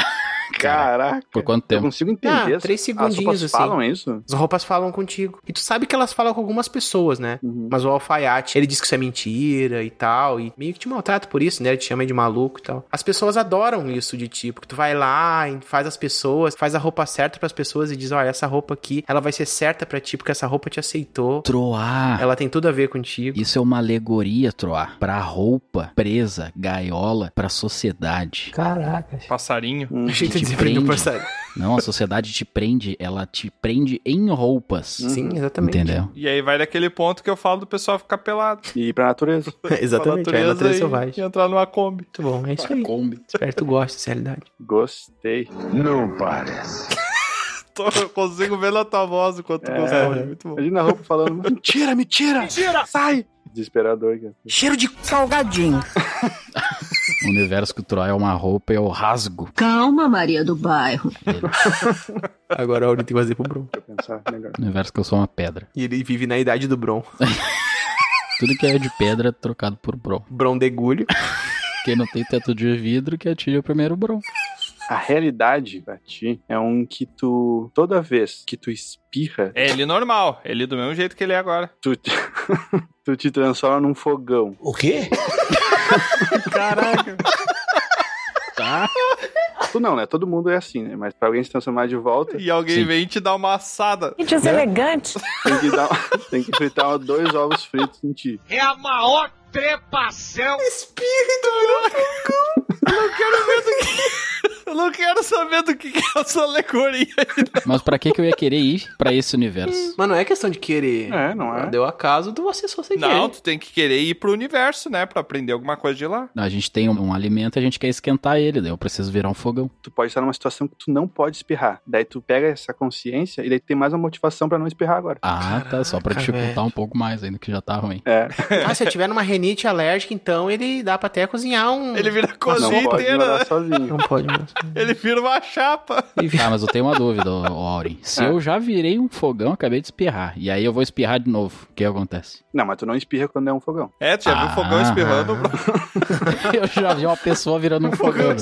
Speaker 3: Caraca.
Speaker 4: Por quanto
Speaker 3: É, Eu
Speaker 4: tempo?
Speaker 3: consigo entender.
Speaker 2: Ah, três
Speaker 3: As roupas
Speaker 2: segundinhos, assim.
Speaker 3: falam isso?
Speaker 2: As roupas falam contigo. E tu sabe que elas falam com algumas pessoas, né? Mas o alfaiate, ele diz que isso é mentira e tal. E meio que te maltrata por isso, né? Ele te chama de maluco e tal. As pessoas adoram isso de ti. Porque tu vai lá, e faz as pessoas, faz a roupa certa pras pessoas e diz: olha, essa roupa aqui, ela vai ser certa pra ti, porque essa roupa te aceitou.
Speaker 4: Troar.
Speaker 2: Ela tem tudo a ver contigo.
Speaker 4: Isso é uma alegoria, Troar. Pra roupa, presa, gaiola, pra sociedade.
Speaker 2: Caraca.
Speaker 1: Passarinho.
Speaker 2: A
Speaker 4: que
Speaker 2: gente
Speaker 4: te
Speaker 2: desempreendeu
Speaker 4: prende.
Speaker 2: passarinho.
Speaker 4: Não, a sociedade te prende, ela te prende em roupas.
Speaker 2: Sim, exatamente.
Speaker 4: Entendeu?
Speaker 1: E aí vai daquele ponto que eu falo do pessoal ficar pelado.
Speaker 3: E ir pra natureza.
Speaker 2: [LAUGHS] Exatamente,
Speaker 1: Pra
Speaker 2: é a natureza
Speaker 1: e-
Speaker 2: selvagem.
Speaker 1: E entrar numa Kombi.
Speaker 2: Muito bom, é isso aí.
Speaker 4: Kombi.
Speaker 2: Espero que tu goste dessa realidade.
Speaker 3: Gostei.
Speaker 12: Não parece.
Speaker 1: Tô- eu consigo ver na tua voz o quanto tu gostou. né? Muito bom.
Speaker 3: É. Imagina a
Speaker 1: [LAUGHS]
Speaker 3: roupa falando, mentira, mentira.
Speaker 6: Mentira!
Speaker 3: Sai. Desesperador. Cara.
Speaker 11: Cheiro de salgadinho.
Speaker 4: O universo que o Troar é uma roupa e eu rasgo.
Speaker 11: Calma, Maria do Bairro.
Speaker 2: Agora a Aurinho tem que fazer pro Bron.
Speaker 3: Deixa eu pensar melhor.
Speaker 4: O universo que eu sou uma pedra.
Speaker 2: E ele vive na idade do Bron.
Speaker 4: Tudo que é de pedra é trocado por bron.
Speaker 2: Bron degulho.
Speaker 4: Quem não tem teto de vidro que atire o primeiro bron.
Speaker 3: A realidade pra ti é um que tu, toda vez que tu espirra,
Speaker 1: É ele normal. Ele do mesmo jeito que ele é agora.
Speaker 3: tu, te- [LAUGHS] tu te transforma num fogão.
Speaker 13: O quê?
Speaker 1: Caraca.
Speaker 4: Tá?
Speaker 3: Tu não, né? Todo mundo é assim, né? Mas pra alguém se transformar de volta,
Speaker 1: E alguém
Speaker 4: Sim.
Speaker 1: vem te dar uma assada.
Speaker 11: Gente, é elegante.
Speaker 3: tem que, dar, [LAUGHS] tem que fritar dois ovos fritos em ti.
Speaker 8: É a maior trepação.
Speaker 1: Eu não quero saber do que que é essa alegoria.
Speaker 4: Mas pra que, que eu ia querer ir pra esse universo?
Speaker 2: Mas não é questão de querer.
Speaker 3: É, não é?
Speaker 2: Deu acaso do acesso sem
Speaker 1: Não,
Speaker 2: querer.
Speaker 1: tu tem que querer ir pro universo, né? Pra aprender alguma coisa de lá.
Speaker 4: A gente tem um, um alimento e a gente quer esquentar ele, daí eu preciso virar um fogão.
Speaker 3: Tu pode estar numa situação que tu não pode espirrar. Daí tu pega essa consciência e daí tu tem mais uma motivação pra não espirrar agora.
Speaker 4: Ah, tá. Só pra
Speaker 2: Caraca,
Speaker 4: dificultar
Speaker 2: velho.
Speaker 4: um pouco mais ainda, que já tá ruim.
Speaker 3: É.
Speaker 2: Ah, se eu tiver numa renite alérgica, então ele dá pra até cozinhar um.
Speaker 1: Ele vira a
Speaker 3: Não
Speaker 1: cozinha
Speaker 3: pode
Speaker 1: inteira, né?
Speaker 3: morar sozinho.
Speaker 2: Não pode mesmo.
Speaker 1: Ele vira uma chapa.
Speaker 4: Ah, mas eu tenho uma dúvida, ô- ô Aurin. Se eu já virei um fogão, acabei de espirrar. E aí eu vou espirrar de novo. O que acontece? [LAUGHS]
Speaker 3: Não, mas tu não espirra quando é um fogão.
Speaker 1: É, tu já viu o fogão espirrando, bro?
Speaker 4: Eu já vi uma pessoa virando um fogão. né?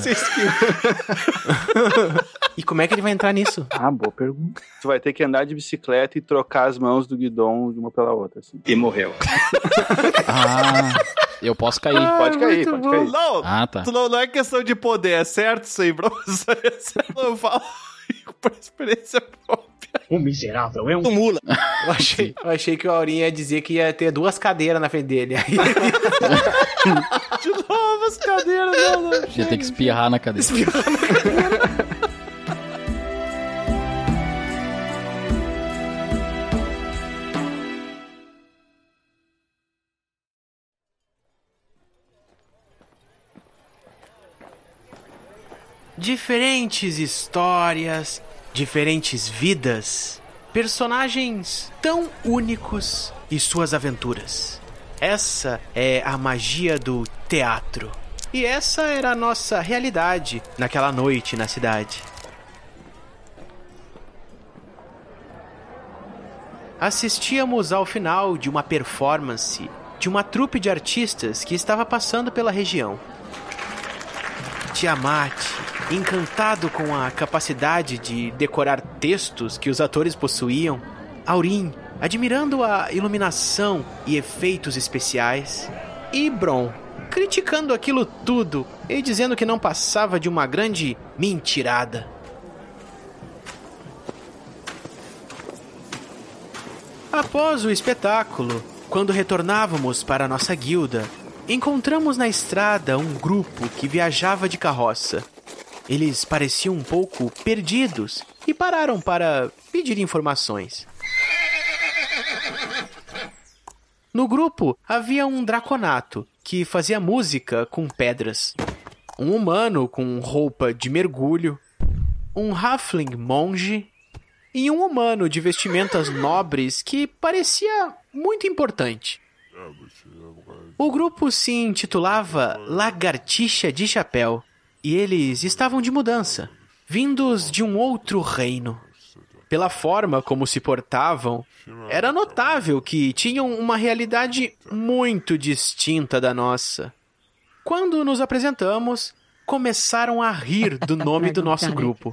Speaker 2: E como é que ele vai entrar nisso?
Speaker 3: Ah, boa pergunta. Tu vai ter que andar de bicicleta e trocar as mãos do guidão de uma pela outra, assim.
Speaker 7: E morreu.
Speaker 4: Ah, eu posso cair.
Speaker 2: Ah,
Speaker 3: Pode cair, pode cair.
Speaker 1: [LAUGHS] Não,
Speaker 4: Ah, tá.
Speaker 1: tu não, não é questão de [LAUGHS] poder, é certo isso aí, bro. Isso aí, isso aí eu falo por experiência própria.
Speaker 2: O miserável é um mula. Eu achei, eu achei que o Aurinha ia dizer que ia ter duas cadeiras na frente dele. Aí
Speaker 1: De novo as cadeiras, não, não.
Speaker 4: Já tem que espirrar na cadeira.
Speaker 2: diferentes histórias, diferentes vidas, personagens tão únicos e suas aventuras. Essa é a magia do teatro. E essa era a nossa realidade naquela noite na cidade. Assistíamos ao final de uma performance de uma trupe de artistas que estava passando pela região. Tiamat, encantado com a capacidade de decorar textos que os atores possuíam, Aurin, admirando a iluminação e efeitos especiais, e Bron, criticando aquilo tudo e dizendo que não passava de uma grande mentirada. Após o espetáculo, quando retornávamos para nossa guilda, encontramos na estrada um grupo que viajava de carroça. Eles pareciam um pouco perdidos e pararam para pedir informações. No grupo havia um draconato que fazia música com pedras, um humano com roupa de mergulho, um halfling monge e um humano de vestimentas nobres que parecia muito importante. O grupo se intitulava Lagartixa de Chapéu e eles estavam de mudança, vindos de um outro reino. Pela forma como se portavam, era notável que tinham uma realidade muito distinta da nossa. Quando nos apresentamos, começaram a rir
Speaker 5: [LAUGHS]
Speaker 2: do nome do nosso grupo.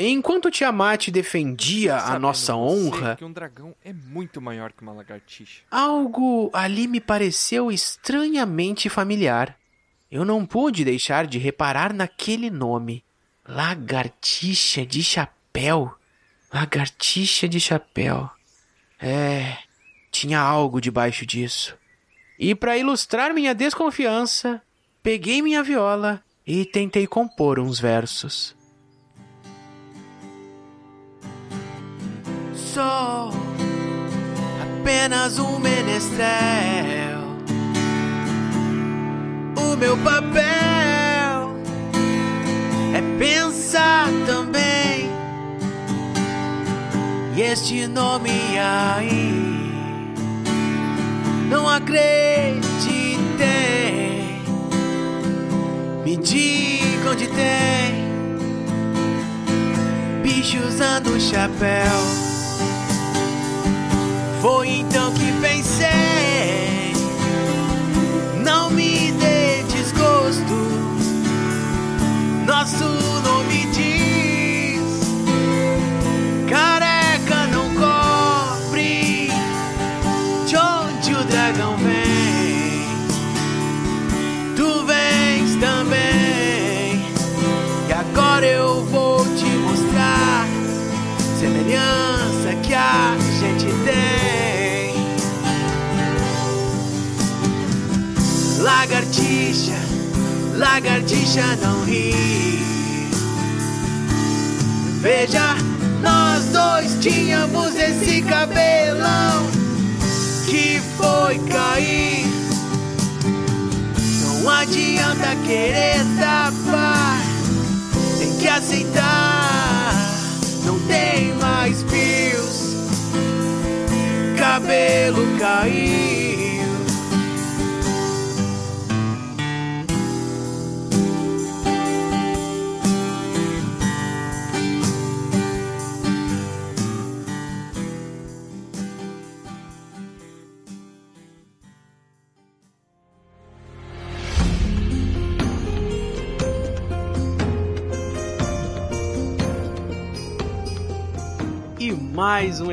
Speaker 2: Enquanto Tiamat defendia a
Speaker 1: Sabendo você
Speaker 2: nossa honra,
Speaker 1: Que um dragão é muito maior que uma lagartixa.
Speaker 2: Algo ali me pareceu estranhamente familiar. Eu não pude deixar de reparar naquele nome. Lagartixa de chapéu. Lagartixa de chapéu. É, tinha algo debaixo disso. E para ilustrar minha desconfiança, peguei minha viola e tentei compor uns versos. Sou apenas um menestrel. O meu papel é pensar também. E este nome aí não acreditei. Me diga onde tem bicho usando chapéu. Foi então que pensei, não me dê desgosto. Nosso nome diz, careca não cobre, de onde o dragão vem, tu vens também. E agora eu vou te mostrar semelhança que a gente tem. Lagartixa, lagartixa não ri. Veja, nós dois tínhamos esse cabelão que foi cair. Não adianta querer tapar tem que aceitar. Não tem mais fios, cabelo caiu. E mais um